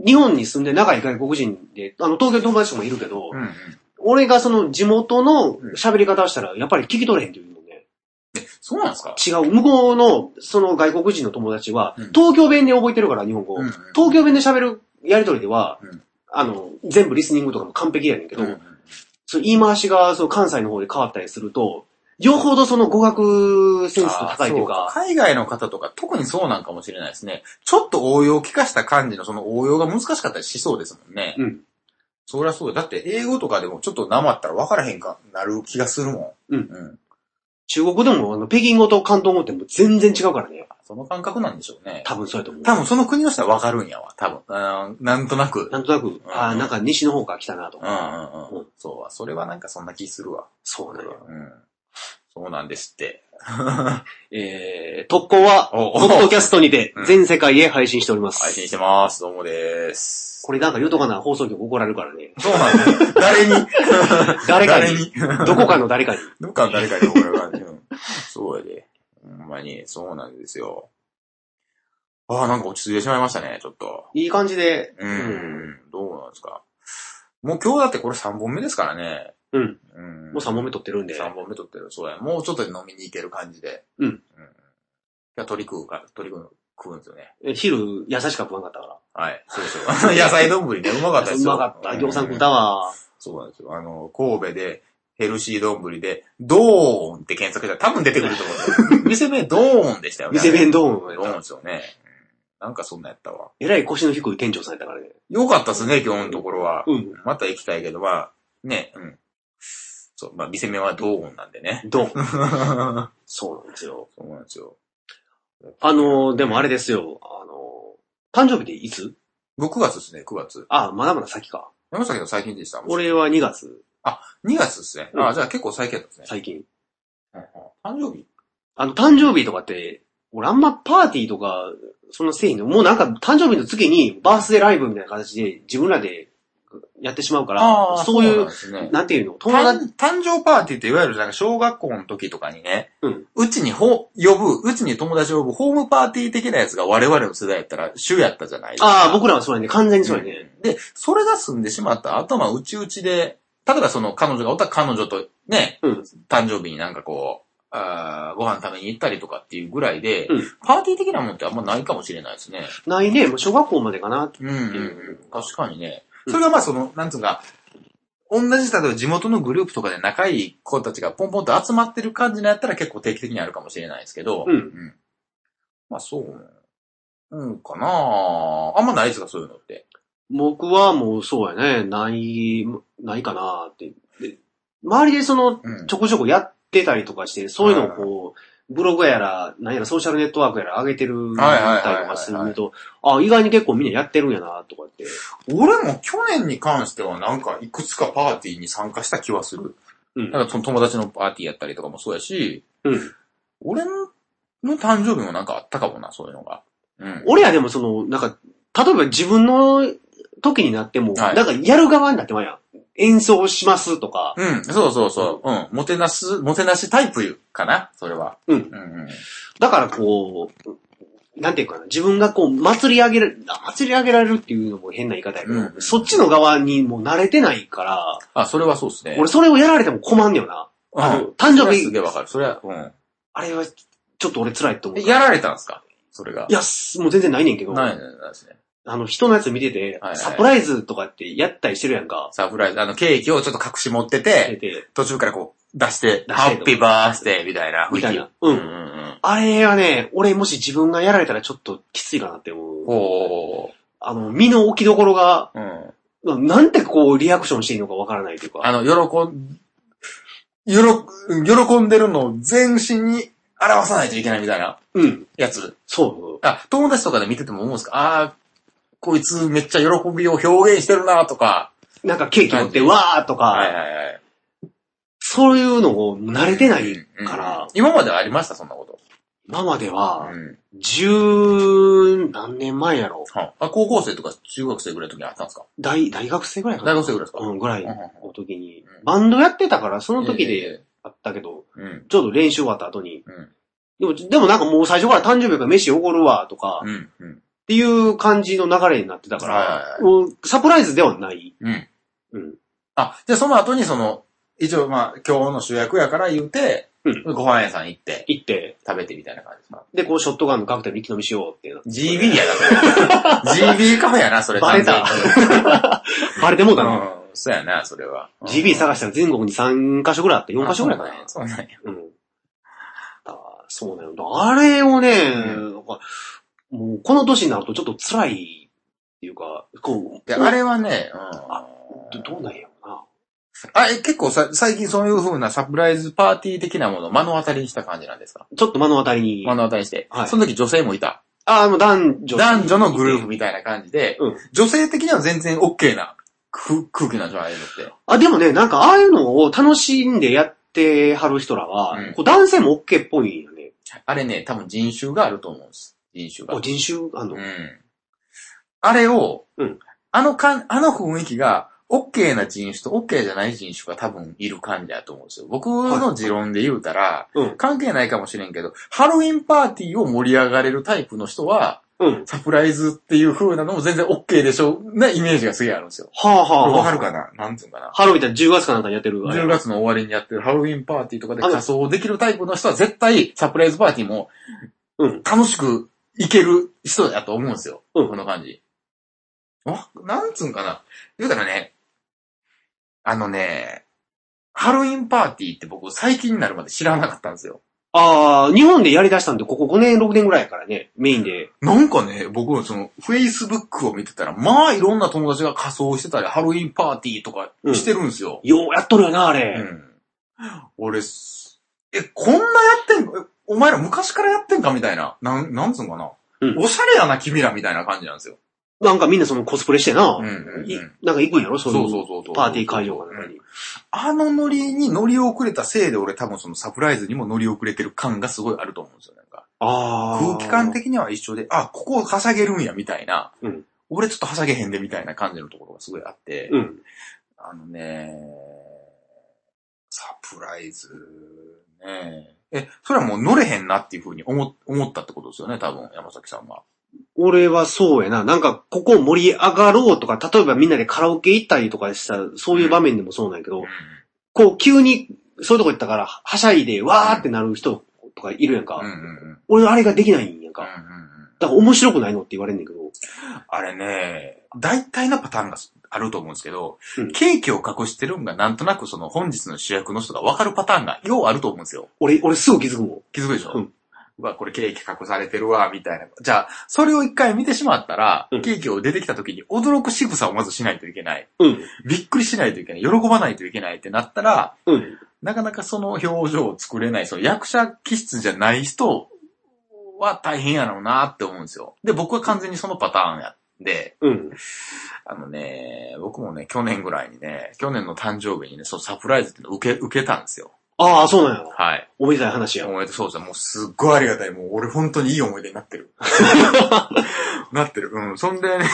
Speaker 2: 日本に住んで長い外国人で、あの、東京の友達とかもいるけど、
Speaker 1: うんうん。
Speaker 2: 俺がその地元の喋り方をしたら、やっぱり聞き取れへんっていうのね。
Speaker 1: そうなんですか
Speaker 2: 違う、向こうの、その外国人の友達は
Speaker 1: うん、
Speaker 2: 東京弁で覚えてるから、日本語を。
Speaker 1: うんうん
Speaker 2: 東京弁で喋るやりとりでは
Speaker 1: うん、
Speaker 2: あの、全部リスニングとかも完璧やねんけど
Speaker 1: うんう、ん
Speaker 2: その言い回しが、その関西の方で変わったりすると、よほどその語学センスが高いという
Speaker 1: あー
Speaker 2: か、
Speaker 1: そう海外の方とか特にそうなんかもしれないですね。ちょっと応用を利かした感じのその応用が難しかったりしそうですもんね。
Speaker 2: うん。
Speaker 1: そりゃそうだ。だって英語とかでもちょっと生ったら分からへんかなる気がするもん。
Speaker 2: うん
Speaker 1: うん。
Speaker 2: 中国でも、あの、北京語と広東語ってもう全然違うからね。
Speaker 1: その感覚なんでしょうね。
Speaker 2: 多分そうやと思う。
Speaker 1: 多分その国の人は分かるんやわ。多分。うんなんとなく。
Speaker 2: なんとなく、ああ、なんか西の方から来たなと
Speaker 1: うんう
Speaker 2: か。
Speaker 1: んう。
Speaker 2: うん
Speaker 1: そうわ。それはなんかそんな気するわ。
Speaker 2: そうなんや。
Speaker 1: うん。そうなんですって。
Speaker 2: えー、特攻は、
Speaker 1: お
Speaker 2: ポッドキャストにて
Speaker 1: うん、
Speaker 2: 全世界へ配信しておりま
Speaker 1: 配信し
Speaker 2: す。
Speaker 1: てます。どうもです。
Speaker 2: これなんか言うとかな、放送局怒られるからね。
Speaker 1: そうなんです。 誰に
Speaker 2: 誰か
Speaker 1: 誰
Speaker 2: に、
Speaker 1: に
Speaker 2: どこかの誰かに。
Speaker 1: どっかの誰かに怒られる感じ。うんそうやで。ほんまに、そうなんですよ。ああ、なんか落ち着いてしまいましたね、ちょっと。
Speaker 2: いい感じで、
Speaker 1: うーん、どうなんですか。もう今日だってこれ3本目ですからね。
Speaker 2: うん。
Speaker 1: うん。
Speaker 2: もう3問目撮ってるんで。
Speaker 1: 3本目撮ってる。そうや。もうちょっとで飲みに行ける感じで。
Speaker 2: うん
Speaker 1: いや、鳥食うか、鳥食うの食うんですよね。
Speaker 2: え昼、優しか食わんかったか。
Speaker 1: はい。そうそう。 野菜丼ね、うまからったです
Speaker 2: う
Speaker 1: よ。
Speaker 2: まかった。
Speaker 1: うん
Speaker 2: 餃子食ったわ。
Speaker 1: そうなんですよ。あの、神戸で、ヘルシー丼で、ドーンって検索したら多分出てくると思うんですよ。 店名ドーンでしたよね。
Speaker 2: 店弁ど
Speaker 1: ドー
Speaker 2: う
Speaker 1: ンですよね。うんなんかそんなやったわ。
Speaker 2: えらい腰の低い店長さんやったからね。
Speaker 1: よかったっすね、今日のところは。
Speaker 2: うん。
Speaker 1: また行きたいけど、まあ、ね、うん。そう、まあ、店名はドーンなんでね。
Speaker 2: どう
Speaker 1: そ
Speaker 2: そうなんですよ。
Speaker 1: うなんですよ。
Speaker 2: あのー、でもあれですよ。あのー、誕生日でいつ
Speaker 1: 僕9月ですね、9月。
Speaker 2: あ、まだまだ先か。
Speaker 1: 山崎の最近でした。2
Speaker 2: 俺は2月、
Speaker 1: 月ですね。
Speaker 2: うん
Speaker 1: あじゃあ結構最近だったですね。
Speaker 2: 最近。
Speaker 1: 誕生日
Speaker 2: あの、誕生日とかって、俺あんまパーティーとか、そんなせいの。もうなんか、誕生日の次にバースデーライブみたいな形で自分らでやってしまうから、そうい
Speaker 1: なん
Speaker 2: う、
Speaker 1: ですね。
Speaker 2: なんていうの友達、
Speaker 1: 誕誕生パーティーっていわゆるなんか小学校の時とかにね、
Speaker 2: うん
Speaker 1: ちにほ、呼ぶ、うちに友達を呼ぶホームパーティー的なやつが我々の世代やったら主やったじゃないですか。
Speaker 2: ああ、僕らはそうやね。完全にそうやね。
Speaker 1: で、それが済んでしまった後はうちうちで、例えばその彼女がおったら彼女とね、
Speaker 2: うん
Speaker 1: 誕生日になんかこう、あーご飯食べに行ったりとかっていうぐらいで、
Speaker 2: うん
Speaker 1: パーティー的なもんってあんまないかもしれないですね。
Speaker 2: ないね。もう小学校までかな。
Speaker 1: うんうん
Speaker 2: う
Speaker 1: うん
Speaker 2: ん。
Speaker 1: 確かにね。
Speaker 2: うん
Speaker 1: それがまあその、なんつうか、同じ、例えば地元のグループとかで仲いい子たちがポンポンと集まってる感じのやったら結構定期的にあるかもしれないですけど、
Speaker 2: うん
Speaker 1: まあそう、うんかなああんまないですか、そういうのって。
Speaker 2: 僕はもうそうやね。ない、ないかなって。で周りでその、
Speaker 1: うん
Speaker 2: ちょこちょこやってたりとかして、そういうのをこう、ブログやら、何やらソーシャルネットワークやら上げてるみ
Speaker 1: はいはいはいはい
Speaker 2: たりとかすると、あ、意外に結構みんなやってるんやな、とかって。
Speaker 1: 俺も去年に関してはなんかいくつかパーティーに参加した気はする。
Speaker 2: うん
Speaker 1: なんかその友達のパーティーやったりとかもそうやし、
Speaker 2: うん。
Speaker 1: 俺のの誕生日もなんかあったかもな、そういうのが。うん。
Speaker 2: 俺はでもその、なんか、例えば自分の時になっても、
Speaker 1: はい
Speaker 2: なんかやる側になってまうやん。演奏しますとか、
Speaker 1: うん、そうそうそう。うん。もてなす、もてなしタイプかなそれは。
Speaker 2: うん
Speaker 1: うん
Speaker 2: だからこう、なんていうかな、自分がこう、祭り上げられ、祭り上げられるっていうのも変な言い方やけど、
Speaker 1: うん
Speaker 2: そっちの側にもう慣れてないから、
Speaker 1: あ、それはそうですね。
Speaker 2: 俺それをやられても困んねよな。
Speaker 1: うん、
Speaker 2: あの、誕
Speaker 1: それ
Speaker 2: 生
Speaker 1: はす
Speaker 2: 日、
Speaker 1: げえわかる。それは、うん。
Speaker 2: あれはちょっと俺辛いと思う
Speaker 1: え
Speaker 2: から。
Speaker 1: やられたんですかそれが。
Speaker 2: いや、すもう全然ないねんけど、
Speaker 1: ないないないですね。
Speaker 2: あの、人のやつ見てて、
Speaker 1: はいはい
Speaker 2: サプライズとかってやったりしてるやんか。
Speaker 1: サプライズ、あの、ケーキをちょっと隠し持って
Speaker 2: 見
Speaker 1: て、
Speaker 2: てて
Speaker 1: 途中からこう、出して、
Speaker 2: 出して
Speaker 1: ハッピーバースデーみたいな。
Speaker 2: みたいな。
Speaker 1: う
Speaker 2: うん
Speaker 1: う
Speaker 2: ん。
Speaker 1: んうん。
Speaker 2: あれはね、俺もし自分がやられたらちょっときついかなって思う。
Speaker 1: おー。
Speaker 2: あの、身の置きどころが、
Speaker 1: うん。
Speaker 2: なんてこう、リアクションしていいのかわからないというか。
Speaker 1: あの、喜ん、よろ、喜んでるのを全身に表さないといけないみたいな
Speaker 2: うん。
Speaker 1: やつ。
Speaker 2: そう。
Speaker 1: あ、友達とかで見てても思うんですかああ、こいつめっちゃ喜びを表現してるなとか。
Speaker 2: なんかケーキ持って、
Speaker 1: はい
Speaker 2: わーとか、
Speaker 1: いはい。
Speaker 2: そういうのを慣れてないから、
Speaker 1: 今まではありました、そんなこと。
Speaker 2: 生では、
Speaker 1: うん。
Speaker 2: 十何年前やろ。
Speaker 1: はい。あ、高校生とか中学生ぐらいの時にあったんですか
Speaker 2: 大、大学生ぐらいかな
Speaker 1: 大学生ぐらいですか
Speaker 2: うん、ぐらい
Speaker 1: うんうん
Speaker 2: の時に
Speaker 1: う。ん
Speaker 2: バンドやってたから、その時
Speaker 1: え
Speaker 2: で
Speaker 1: え。
Speaker 2: あったけど、
Speaker 1: うん。
Speaker 2: ちょうど練習終わった後に。
Speaker 1: うん
Speaker 2: でも、でもなんかもう最初から誕生日やから飯おごるわ、とか、っ
Speaker 1: うん。うん。
Speaker 2: ていう感じの流れになってたか
Speaker 1: はい
Speaker 2: ら
Speaker 1: は、い
Speaker 2: もうサプライズではない。
Speaker 1: うん。
Speaker 2: うん。
Speaker 1: あ、じゃあその後にその、一応まあ、今日の主役やから言うて、
Speaker 2: うん
Speaker 1: ご飯屋さん行って、
Speaker 2: 行って、
Speaker 1: 食べてみたいな感じですか。
Speaker 2: で、こう、ショットガンのカクテル一気飲みしようってなって。
Speaker 1: GB やな、それ。GB カフェやな、それ。
Speaker 2: バレた
Speaker 1: 完
Speaker 2: バレてもう
Speaker 1: 全
Speaker 2: た
Speaker 1: に
Speaker 2: な。
Speaker 1: うん。そうやな、それは。
Speaker 2: GB 探したら全国に3カ所ぐらいあって、4カ所ぐらいかな。
Speaker 1: そうなんや。
Speaker 2: うん。あそうだよ。あれをね、
Speaker 1: ん
Speaker 2: なんかもうこの年になるとちょっと辛いっていうか、こう、
Speaker 1: いや、あれはね、うん。
Speaker 2: どどうなんやろな。
Speaker 1: あ、え結構さ、最近そういう風なサプライズパーティー的なものを目の当たりにした感じなんですか
Speaker 2: ちょっと目の当たりに。
Speaker 1: 目の当たりにして。
Speaker 2: はい
Speaker 1: その時女性もいた。
Speaker 2: ああ、もう男女。
Speaker 1: 男女のグループみたいな感じで、
Speaker 2: うん
Speaker 1: 女性的には全然 OK な空空気なんじゃないのって。
Speaker 2: あ、でもね、なんかああいうのを楽しんでやってはる人らは、
Speaker 1: うん
Speaker 2: こう男性も OK っぽいんよね。
Speaker 1: あれね、多分人種があると思うんです。人種
Speaker 2: お
Speaker 1: が。
Speaker 2: 人種、あの、
Speaker 1: うん。あれを、
Speaker 2: うん
Speaker 1: あのかん、あの雰囲気が、OK な人種と OK じゃない人種が多分いる感じだと思うんですよ。僕の持論で言うたら、
Speaker 2: うん。
Speaker 1: 関係ないかもしれんけど、ハロウィンパーティーを盛り上がれるタイプの人は、
Speaker 2: うん。
Speaker 1: サプライズっていう風なのも全然 OK でしょうなイメージがすげえあるんですよ。
Speaker 2: はあはあ、はあ。
Speaker 1: わかるかななんつうんかな。
Speaker 2: ハロウィンって10月かなんかにやってる。あれ
Speaker 1: 10月の終わりにやってるハロウィンパーティーとかで
Speaker 2: あの
Speaker 1: 仮装できるタイプの人は絶対サプライズパーティーも
Speaker 2: うん。
Speaker 1: 楽しくいける人だと思うんですよ。
Speaker 2: うん
Speaker 1: この感じ。わ、なんつうんかな。言うたらね、あのね、ハロウィンパーティーって僕最近になるまで知らなかったんですよ。
Speaker 2: ああ、日本でやり出したんで、ここ5年、6年ぐらいやからね、メインで。
Speaker 1: なんかね、僕はその、Facebook を見てたら、まあいろんな友達が仮装してたり、ハロウィンパーティーとかしてるんですよ。
Speaker 2: ようやっとるよな、あ
Speaker 1: う
Speaker 2: れ。
Speaker 1: ん。俺す、え、こんなやってんのえお前ら昔からやってんかみたいな。なん、なんつうんかな。
Speaker 2: うん
Speaker 1: おしゃれやな、君らみたいな感じなんですよ。
Speaker 2: なんかみんなそのコスプレしてな、
Speaker 1: うんうんうん
Speaker 2: いなんか行くんやろ
Speaker 1: そ
Speaker 2: そううい
Speaker 1: そううそうそう。
Speaker 2: パーティー会場かなんかに。
Speaker 1: あのノリに乗り遅れたせいで、俺多分そのサプライズにも乗り遅れてる感がすごいあると思うんですよ。なんか
Speaker 2: ああ。
Speaker 1: 空気感。的には一緒で、あ、ここをはしゃげるんや、みたいな。
Speaker 2: うん
Speaker 1: 俺ちょっとはしゃげへんで、みたいな感じのところがすごいあって。
Speaker 2: うん。
Speaker 1: あのね、サプライズ、ね。え、それはもう乗れへんなっていうふうに思思ったってことですよね、多分、山崎さんは。
Speaker 2: 俺はそうやな。なんか、ここ盛り上がろうとか、例えばみんなでカラオケ行ったりとかした、そういう場面でもそうなんやけど、こう、急に、そういうとこ行ったから、はしゃいで、わーってなる人とかいるやんか。
Speaker 1: うんうんうんうん
Speaker 2: 俺あれができないんやん
Speaker 1: うんう
Speaker 2: か。
Speaker 1: ん
Speaker 2: だから面白くないのって言われんねんけど。
Speaker 1: あれね、大体のパターンがあると思うんですけど、
Speaker 2: うん
Speaker 1: ケーキを隠してるんがなんとなくその本日の主役の人がわかるパターンがようあると思うんですよ。
Speaker 2: 俺、俺すぐ気づくもん。
Speaker 1: 気づくでしょ、
Speaker 2: う
Speaker 1: うんわ、これケーキ隠されてるわ、みたいな。じゃあ、それを一回見てしまったら、
Speaker 2: うん
Speaker 1: ケーキを出てきた時に驚く仕草をまずしないといけない。
Speaker 2: うん。
Speaker 1: びっくりしないといけない。喜ばないといけないってなったら、
Speaker 2: うん。
Speaker 1: なかなかその表情を作れない、その役者気質じゃない人は大変やろうなって思うんですよ。で、僕は完全にそのパターンやで、
Speaker 2: うん。
Speaker 1: あのね、僕もね、去年ぐらいにね、去年の誕生日にね、そのサプライズっていうのを受け、受けたんですよ。
Speaker 2: ああ、そうなんや。
Speaker 1: はい。
Speaker 2: おめでたい話や。
Speaker 1: 思えて、そうですね。もうすっごいありがたい。もう俺本当にいい思い出になってる。 なってる。うん。そんでね、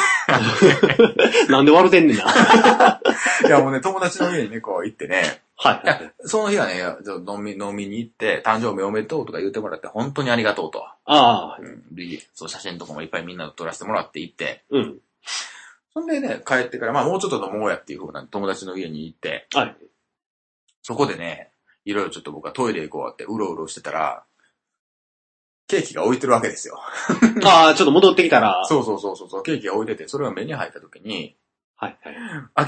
Speaker 2: なんで笑てんねんな。
Speaker 1: いやもうね、友達の家にね、こう行ってね、い
Speaker 2: はい
Speaker 1: や。、その日はね、いやちょっと飲み、飲みに行って、誕生日おめでとうとか言ってもらって、本当にありがとうと。
Speaker 2: ああ、
Speaker 1: うん。でそう、写真とかもいっぱいみんなで撮らせてもらって行って、
Speaker 2: うん。
Speaker 1: そんでね、帰ってから、まあもうちょっと飲もうやっていう風な友達の家に行って、
Speaker 2: はい。
Speaker 1: そこでね、いろいろちょっと僕はトイレ行こうってうろうろしてたら、ケーキが置いてるわけですよ。
Speaker 2: ああ、ちょっと戻ってきたら。
Speaker 1: そうそうそうそうそう、ケーキが置いてて、それが目に入った時に、
Speaker 2: はい、はい。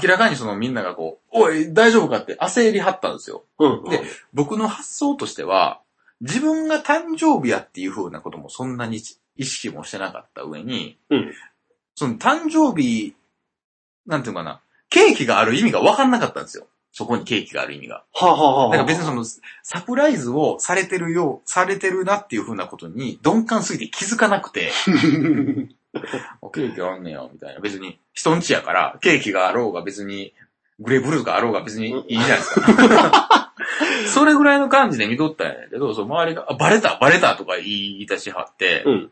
Speaker 1: 明らかにそのみんながこう、おい、大丈夫かって焦りはったんですよ。
Speaker 2: うん。
Speaker 1: で僕の発想としては、自分が誕生日やっていう風なこともそんなに意識もしてなかった上に、
Speaker 2: うん
Speaker 1: その誕生日、なんていうのかな、ケーキがある意味が分かんなかったんですよ。そこにケーキがある意味が。
Speaker 2: はあ、はあはあ、
Speaker 1: だから別にその、サプライズをされてるよう、されてるなっていう風なことに鈍感すぎて気づかなくて、あケーキあんねや、みたいな。別に、人んちやから、ケーキがあろうが別に、グレーブルーがあろうが別にいいじゃないですか。 それぐらいの感じで見とったんやけど、そう周りが、あ、バレた、バレたとか言い出しはって、
Speaker 2: うん。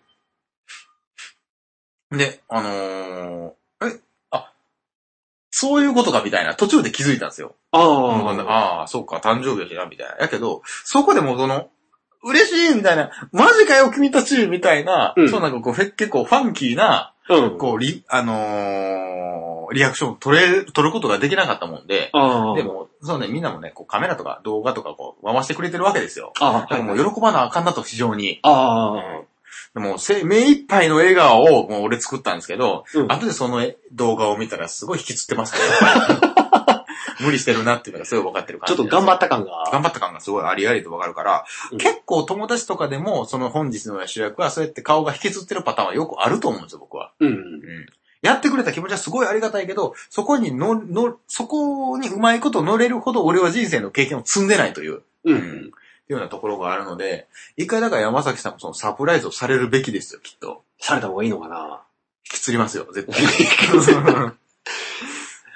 Speaker 1: で、あのー、え、あ、そういうことかみたいな、途中で気づいたんですよ。
Speaker 2: ああ。
Speaker 1: ああ、そうか、誕生日やしな、みたいな。やけど、そこでもうその、嬉しいみたいな、マジかよ、君たちみたいな、
Speaker 2: うん
Speaker 1: そうなんかこう、へ結構ファンキーな、
Speaker 2: うん。
Speaker 1: こう、リ、あのーリアクションを取れ、取ることができなかったもんで、
Speaker 2: ああ。
Speaker 1: でも、そうね、みんなもね、こうカメラとか動画とかこう、回してくれてるわけですよ。
Speaker 2: ああ、
Speaker 1: でももう喜ばなあかんなと、非常に。
Speaker 2: ああ。
Speaker 1: でも、せ目いっぱいの笑顔をもう俺作ったんですけど、
Speaker 2: うん
Speaker 1: 後でそのえ動画を見たらすごい引きつっ てましたね。やっぱり無理してるなっていうのがすごい分かってる感
Speaker 2: ちょ
Speaker 1: じ。
Speaker 2: っと頑張
Speaker 1: っ
Speaker 2: った感が。
Speaker 1: 頑張った感がすごいありありと分かるから、
Speaker 2: うん
Speaker 1: 結構友達とかでも、その本日の主役はそうやって顔が引きつってるパターンはよくあると思うんですよ、僕は。
Speaker 2: うん。
Speaker 1: うんやってくれた気持ちはすごいありがたいけど、そこにの、の、そこにうまいこと乗れるほど俺は人生の経験を積んでないという、
Speaker 2: う
Speaker 1: うん
Speaker 2: ん。
Speaker 1: いうようなところがあるので、一回だから山崎さんもそのサプライズをされるべきですよ、きっと。
Speaker 2: された方がいいのかな。
Speaker 1: 引きつりますよ、絶対。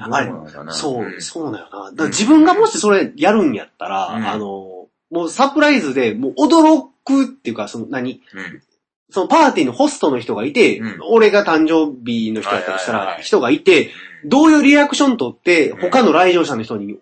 Speaker 2: あれ
Speaker 1: どうなのかな
Speaker 2: そ
Speaker 1: ん
Speaker 2: う、そうだよな。だから自分がもしそれやるんやったら、
Speaker 1: うん
Speaker 2: あの、もうサプライズで、もう驚くっていうか、その何、
Speaker 1: うん
Speaker 2: そのパーティーのホストの人がいて、
Speaker 1: うん
Speaker 2: 俺が誕生日の人だったりした
Speaker 1: はいはい
Speaker 2: ら
Speaker 1: は、い
Speaker 2: 人がいて、どういうリアクション取って、
Speaker 1: うん
Speaker 2: 他の来場者の人に、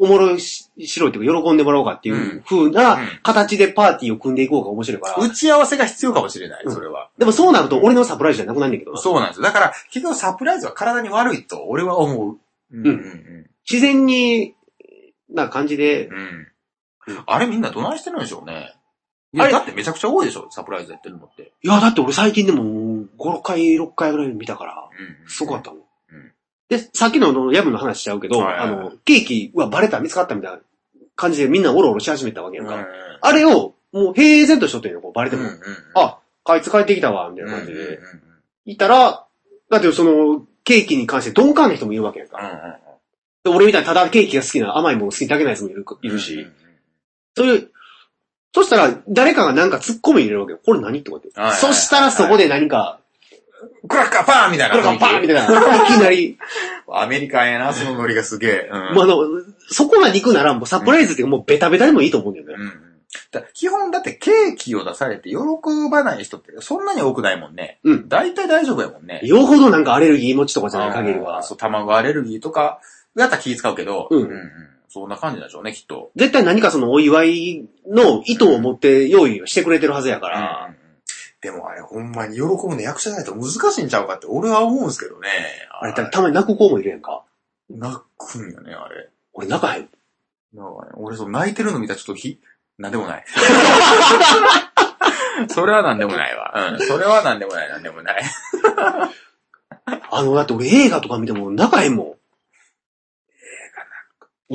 Speaker 2: おもろいししろいっていうか、喜んでもらおうかっていう風な
Speaker 1: うん
Speaker 2: 形でパーティーを組んでいこうが面白いから。
Speaker 1: 打ち合わせが必要かもしれない、それは。
Speaker 2: でもそうなると俺のサプライズじゃなくなるんだけどな
Speaker 1: そうなんですよ。だから、結局サプライズは体に悪いと俺は思う。うんうんうん
Speaker 2: 自然に、な感じで、
Speaker 1: う
Speaker 2: うんん。
Speaker 1: あれみんなどないしてるんでしょうね。い
Speaker 2: あ
Speaker 1: や、
Speaker 2: れ
Speaker 1: だってめちゃくちゃ多いでしょ、サプライズやってるのって。
Speaker 2: いや、だって俺最近でも5、6回、6回ぐらい見たから、
Speaker 1: うん
Speaker 2: すごかったもん。
Speaker 1: うん
Speaker 2: で、さっきのあの、ヤブの話しちゃうけど、
Speaker 1: はいはい
Speaker 2: あ
Speaker 1: はい
Speaker 2: の、ケーキはバレた、見つかったみたいな感じでみんなオロオロし始めたわけやんか。
Speaker 1: う
Speaker 2: あれを、もう平然としとってんの、こうバレて
Speaker 1: ん
Speaker 2: も、
Speaker 1: うんうんうん
Speaker 2: あ、あいつ帰ってきたわ、みたいな感じ
Speaker 1: うんうんうん
Speaker 2: で。いたら、だってその、ケーキに関して鈍感な人もいるわけやんか。
Speaker 1: うん
Speaker 2: で俺みたいにただケーキが好きな甘いもの好きだけなやつもいるいるし、
Speaker 1: うんうんうん
Speaker 2: そういう、そしたら誰かがなんか突っ込み入れるわけよ。これ何ってこう
Speaker 1: は
Speaker 2: や
Speaker 1: い
Speaker 2: っ
Speaker 1: はい
Speaker 2: て。そしたらそこで何か、
Speaker 1: クラッカーパーンみたいな。
Speaker 2: これがパーンみたいな、いきなり、
Speaker 1: アメリカンやな、そのノリがすげえ。うん
Speaker 2: まあ、あの、そこまで行くならもうサプライズっていうかもうベタベタでもいいと思うんだよね。
Speaker 1: うんうんだ基本だってケーキを出されて喜ばない人ってそんなに多くないもんね。
Speaker 2: うん
Speaker 1: 大体大丈夫やもんね。
Speaker 2: よほどなんかアレルギー持ちとかじゃない限り
Speaker 1: あ
Speaker 2: は
Speaker 1: ー。そう、卵アレルギーとか、やったら気使うけど、
Speaker 2: うん
Speaker 1: そんな感じなんでしょうね、きっと。
Speaker 2: 絶対何かそのお祝いの意図を持って用意をしてくれてるはずやから。
Speaker 1: うんでもあれ、ほんまに喜ぶの役者じゃないと難しいんちゃうかって俺は思うんですけどね。
Speaker 2: あれ、たたまに泣く子もいるやんか。
Speaker 1: 泣くんよね、あれ。
Speaker 2: 俺泣かへん。
Speaker 1: なんかね、俺そう泣いてるの見たらちょっとひ、なんでもない。 それはなんでもないわ。うん。それはなんでもない、なんでもない。
Speaker 2: あの、だって俺映画とか見ても泣かへんもん。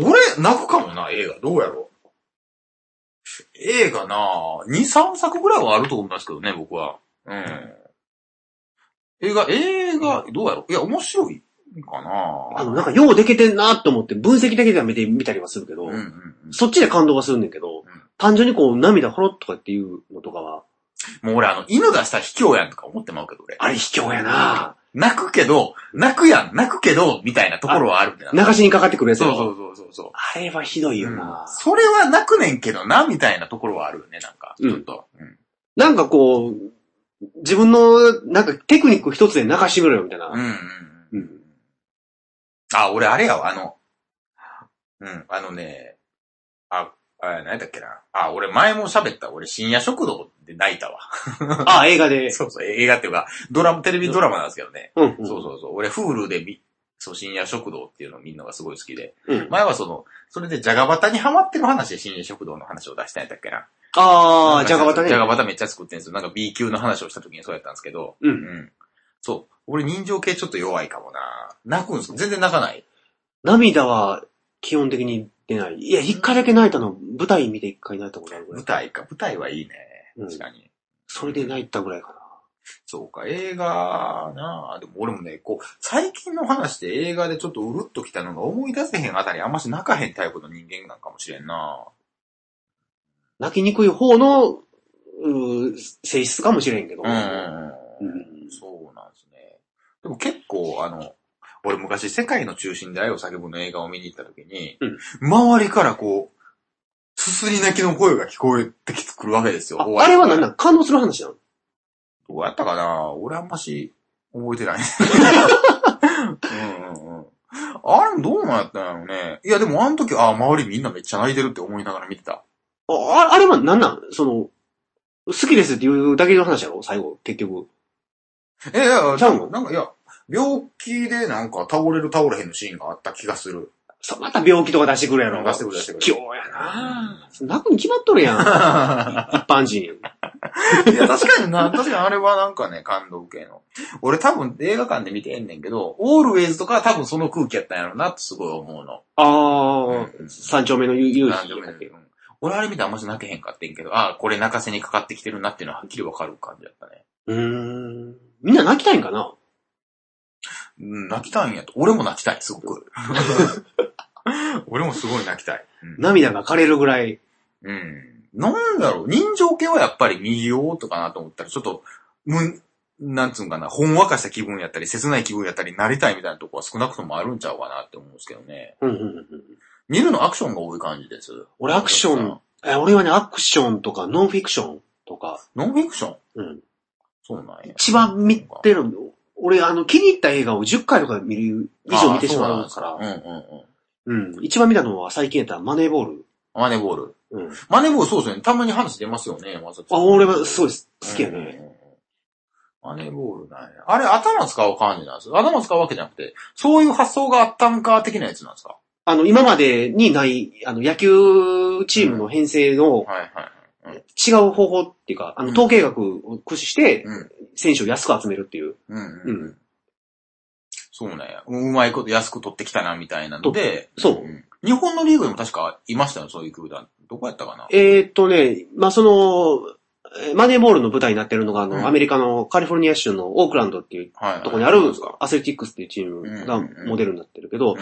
Speaker 1: 俺、泣くかもな、映画。どうやろう。映画な2、3作ぐらいはあると思いますけどね、僕は。うん。映画、映画、どうやろういや、面白いかな
Speaker 2: あの、なんかようできてんなと思って分析だけでは見てみたりはするけど、
Speaker 1: うんうんうん。
Speaker 2: そっちで感動はするんだけど、単純にこう涙ほろっとかっていうのとかは、
Speaker 1: もう俺、あの、犬出したら卑怯やんとか思ってまうけど、俺。
Speaker 2: あれ卑怯やな
Speaker 1: 泣くけど、泣くやん、泣くけど、みたいなところはあるんだよな。
Speaker 2: 流しにかかってくるやつ
Speaker 1: そう
Speaker 2: よ
Speaker 1: そうそうそうそう。
Speaker 2: あれはひどいよ
Speaker 1: う、
Speaker 2: なん
Speaker 1: それはなくねんけどな、みたいなところはあるよね、なんか。
Speaker 2: うん
Speaker 1: ちょっと。うん。
Speaker 2: なんかこう、自分の、なんかテクニック一つで流してくれよ、みたいな。
Speaker 1: うんうんう
Speaker 2: う
Speaker 1: ん。
Speaker 2: ん
Speaker 1: あ、俺あれやわ、あの、うん、あのね、あ、あ何だっけな。あ、俺前も喋った、俺深夜食堂で泣いたわ。
Speaker 2: あ、映画で。
Speaker 1: そうそう、映画っていうか、ドラマ、テレビドラマなんですけどね。
Speaker 2: うん、うん。
Speaker 1: そうそうそう。俺、フールでみ、そう、深夜食堂っていうのみんながすごい好きで。
Speaker 2: うん
Speaker 1: 前はその、それでジャガバタにハマってる話で深夜食堂の話を出したんやったっけな。
Speaker 2: ああ、じゃがバタね。
Speaker 1: ジャガバタめっちゃ作ってるんですよ。なんか B 級の話をした時にそうやったんですけど。
Speaker 2: う。
Speaker 1: うんん。そう。俺人情系ちょっと弱いかもな。泣くんですか全然泣かない。
Speaker 2: 涙は基本的に出ない。いや、一回だけ泣いたの、舞台見て一回泣いたことあるぐら
Speaker 1: 舞
Speaker 2: い。
Speaker 1: 台か。舞台はいいね。
Speaker 2: うん
Speaker 1: 確かに。
Speaker 2: それで泣いたぐらいか
Speaker 1: そうか、映画なあでも俺もね、こう、最近の話で映画でちょっとうるっときたのが思い出せへんあたりあんまし泣かへんタイプの人間なんかもしれんな
Speaker 2: な。泣きにくい方の、うー性質かもしれんけど。
Speaker 1: うん。
Speaker 2: うん
Speaker 1: そうなんですね。でも結構、あの、俺昔世界の中心で愛を叫ぶの映画を見に行った時に、
Speaker 2: うん
Speaker 1: 周りからこう、すすり泣きの声が聞こえてきてくるわけですよ。
Speaker 2: あ
Speaker 1: 終わ
Speaker 2: あ
Speaker 1: り
Speaker 2: れは何なの感動する話なの
Speaker 1: どうやったかな俺あんまし覚えてない。うんうんうんあれもどうなんやったんやろうね。いやでもあの時、あ周りみんなめっちゃ泣いてるって思いながら見てた。
Speaker 2: あああれは何なのその、好きですっていうだけの話やろ最後、結局。
Speaker 1: え、いや、
Speaker 2: ちゃうの
Speaker 1: なんかいや、病気でなんか倒れる倒れへんのシーンがあった気がする。
Speaker 2: そうまた病気とか出してくるやろ。
Speaker 1: 出してくる出してくる
Speaker 2: 器用やな泣くに決まっとるやん。
Speaker 1: い
Speaker 2: 一
Speaker 1: や、
Speaker 2: 般人。
Speaker 1: 確かにな、確かにあれはなんかね、感動系の。俺多分映画館で見てんねんけど、オールウェイズとかは多分その空気やったんやろうなってすごい思うの。
Speaker 2: ああ、三丁目の夕夕日。
Speaker 1: なんでもいいけど俺あれ見てあんまし泣けへんかってんけど、ああ、これ泣かせにかかってきてるなっていうのははっきりわかる感じだったね。
Speaker 2: うーん。みんな泣きたいんかな
Speaker 1: うん、泣きたいんやと。俺も泣きたい、すごく。 俺もすごい泣きたい。うん。
Speaker 2: 涙が枯れるぐらい。
Speaker 1: うん、なんだろう、人情系はやっぱり右ようとかなと思ったら、ちょっと、む、なんつうんかな、ほんわかした気分やったり、切ない気分やったり、なりたいみたいなとこは少なくともあるんちゃうかなって思うんですけどね。
Speaker 2: うんうんうんうん
Speaker 1: 見るのアクションが多い感じです。
Speaker 2: 俺アクション。え俺はね、アクションとかノンフィクションとか、
Speaker 1: ノンフィクション
Speaker 2: うん。
Speaker 1: そうなんや。
Speaker 2: 一番見てるの。俺、あの、気に入った映画を10回とか見る、以上見てしまうから。
Speaker 1: うんうんうん。
Speaker 2: うん。一番見たのは最近やったマネーボール。
Speaker 1: マネーボール。
Speaker 2: うん。あ、
Speaker 1: マネーボールそうですよね。たまに話出ますよね、まさきさん
Speaker 2: 俺はすごい好きやね。。
Speaker 1: うんマネーボールなんや。あれ、頭使う感じなんです頭使うわけじゃなくて、そういう発想があったんか的なやつなんですか
Speaker 2: あの、今までにない、あの、野球チームの編成の
Speaker 1: はいはい。
Speaker 2: 違う方法っていうか、あの、統計学を駆使して
Speaker 1: うん、
Speaker 2: 選手を安く集めるっていう。
Speaker 1: うん
Speaker 2: う
Speaker 1: うん。
Speaker 2: ん。
Speaker 1: そうなんや。うまいこと安く取ってきたな、みたいなので。
Speaker 2: そう
Speaker 1: うん日本のリーグにも確かいましたよ、そういう球団。どこやったかな
Speaker 2: えーっとね、まあ、その、えーマネーボールの舞台になってるのが、あ
Speaker 1: うん
Speaker 2: の、アメリカのカリフォルニア州のオークランドっていう
Speaker 1: はいはい。
Speaker 2: とこにある
Speaker 1: そうですか。
Speaker 2: アスレティックスっていうチームがモデルになってるけど、
Speaker 1: うん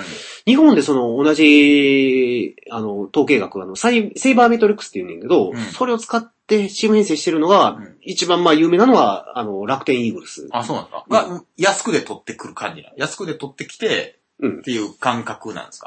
Speaker 2: 日本でその同じ、あの、統計学、あの、サイセイバーメトリックスって言うねんけど、
Speaker 1: うん
Speaker 2: それを使ってチーム編成してるのが、
Speaker 1: うん
Speaker 2: 一番まあ有名なのは、あの、楽天イーグルス。
Speaker 1: あ、そうなんですか
Speaker 2: う
Speaker 1: が、安くで取ってくる感じな。安くで取ってきて、
Speaker 2: うん
Speaker 1: っていう感覚なんですか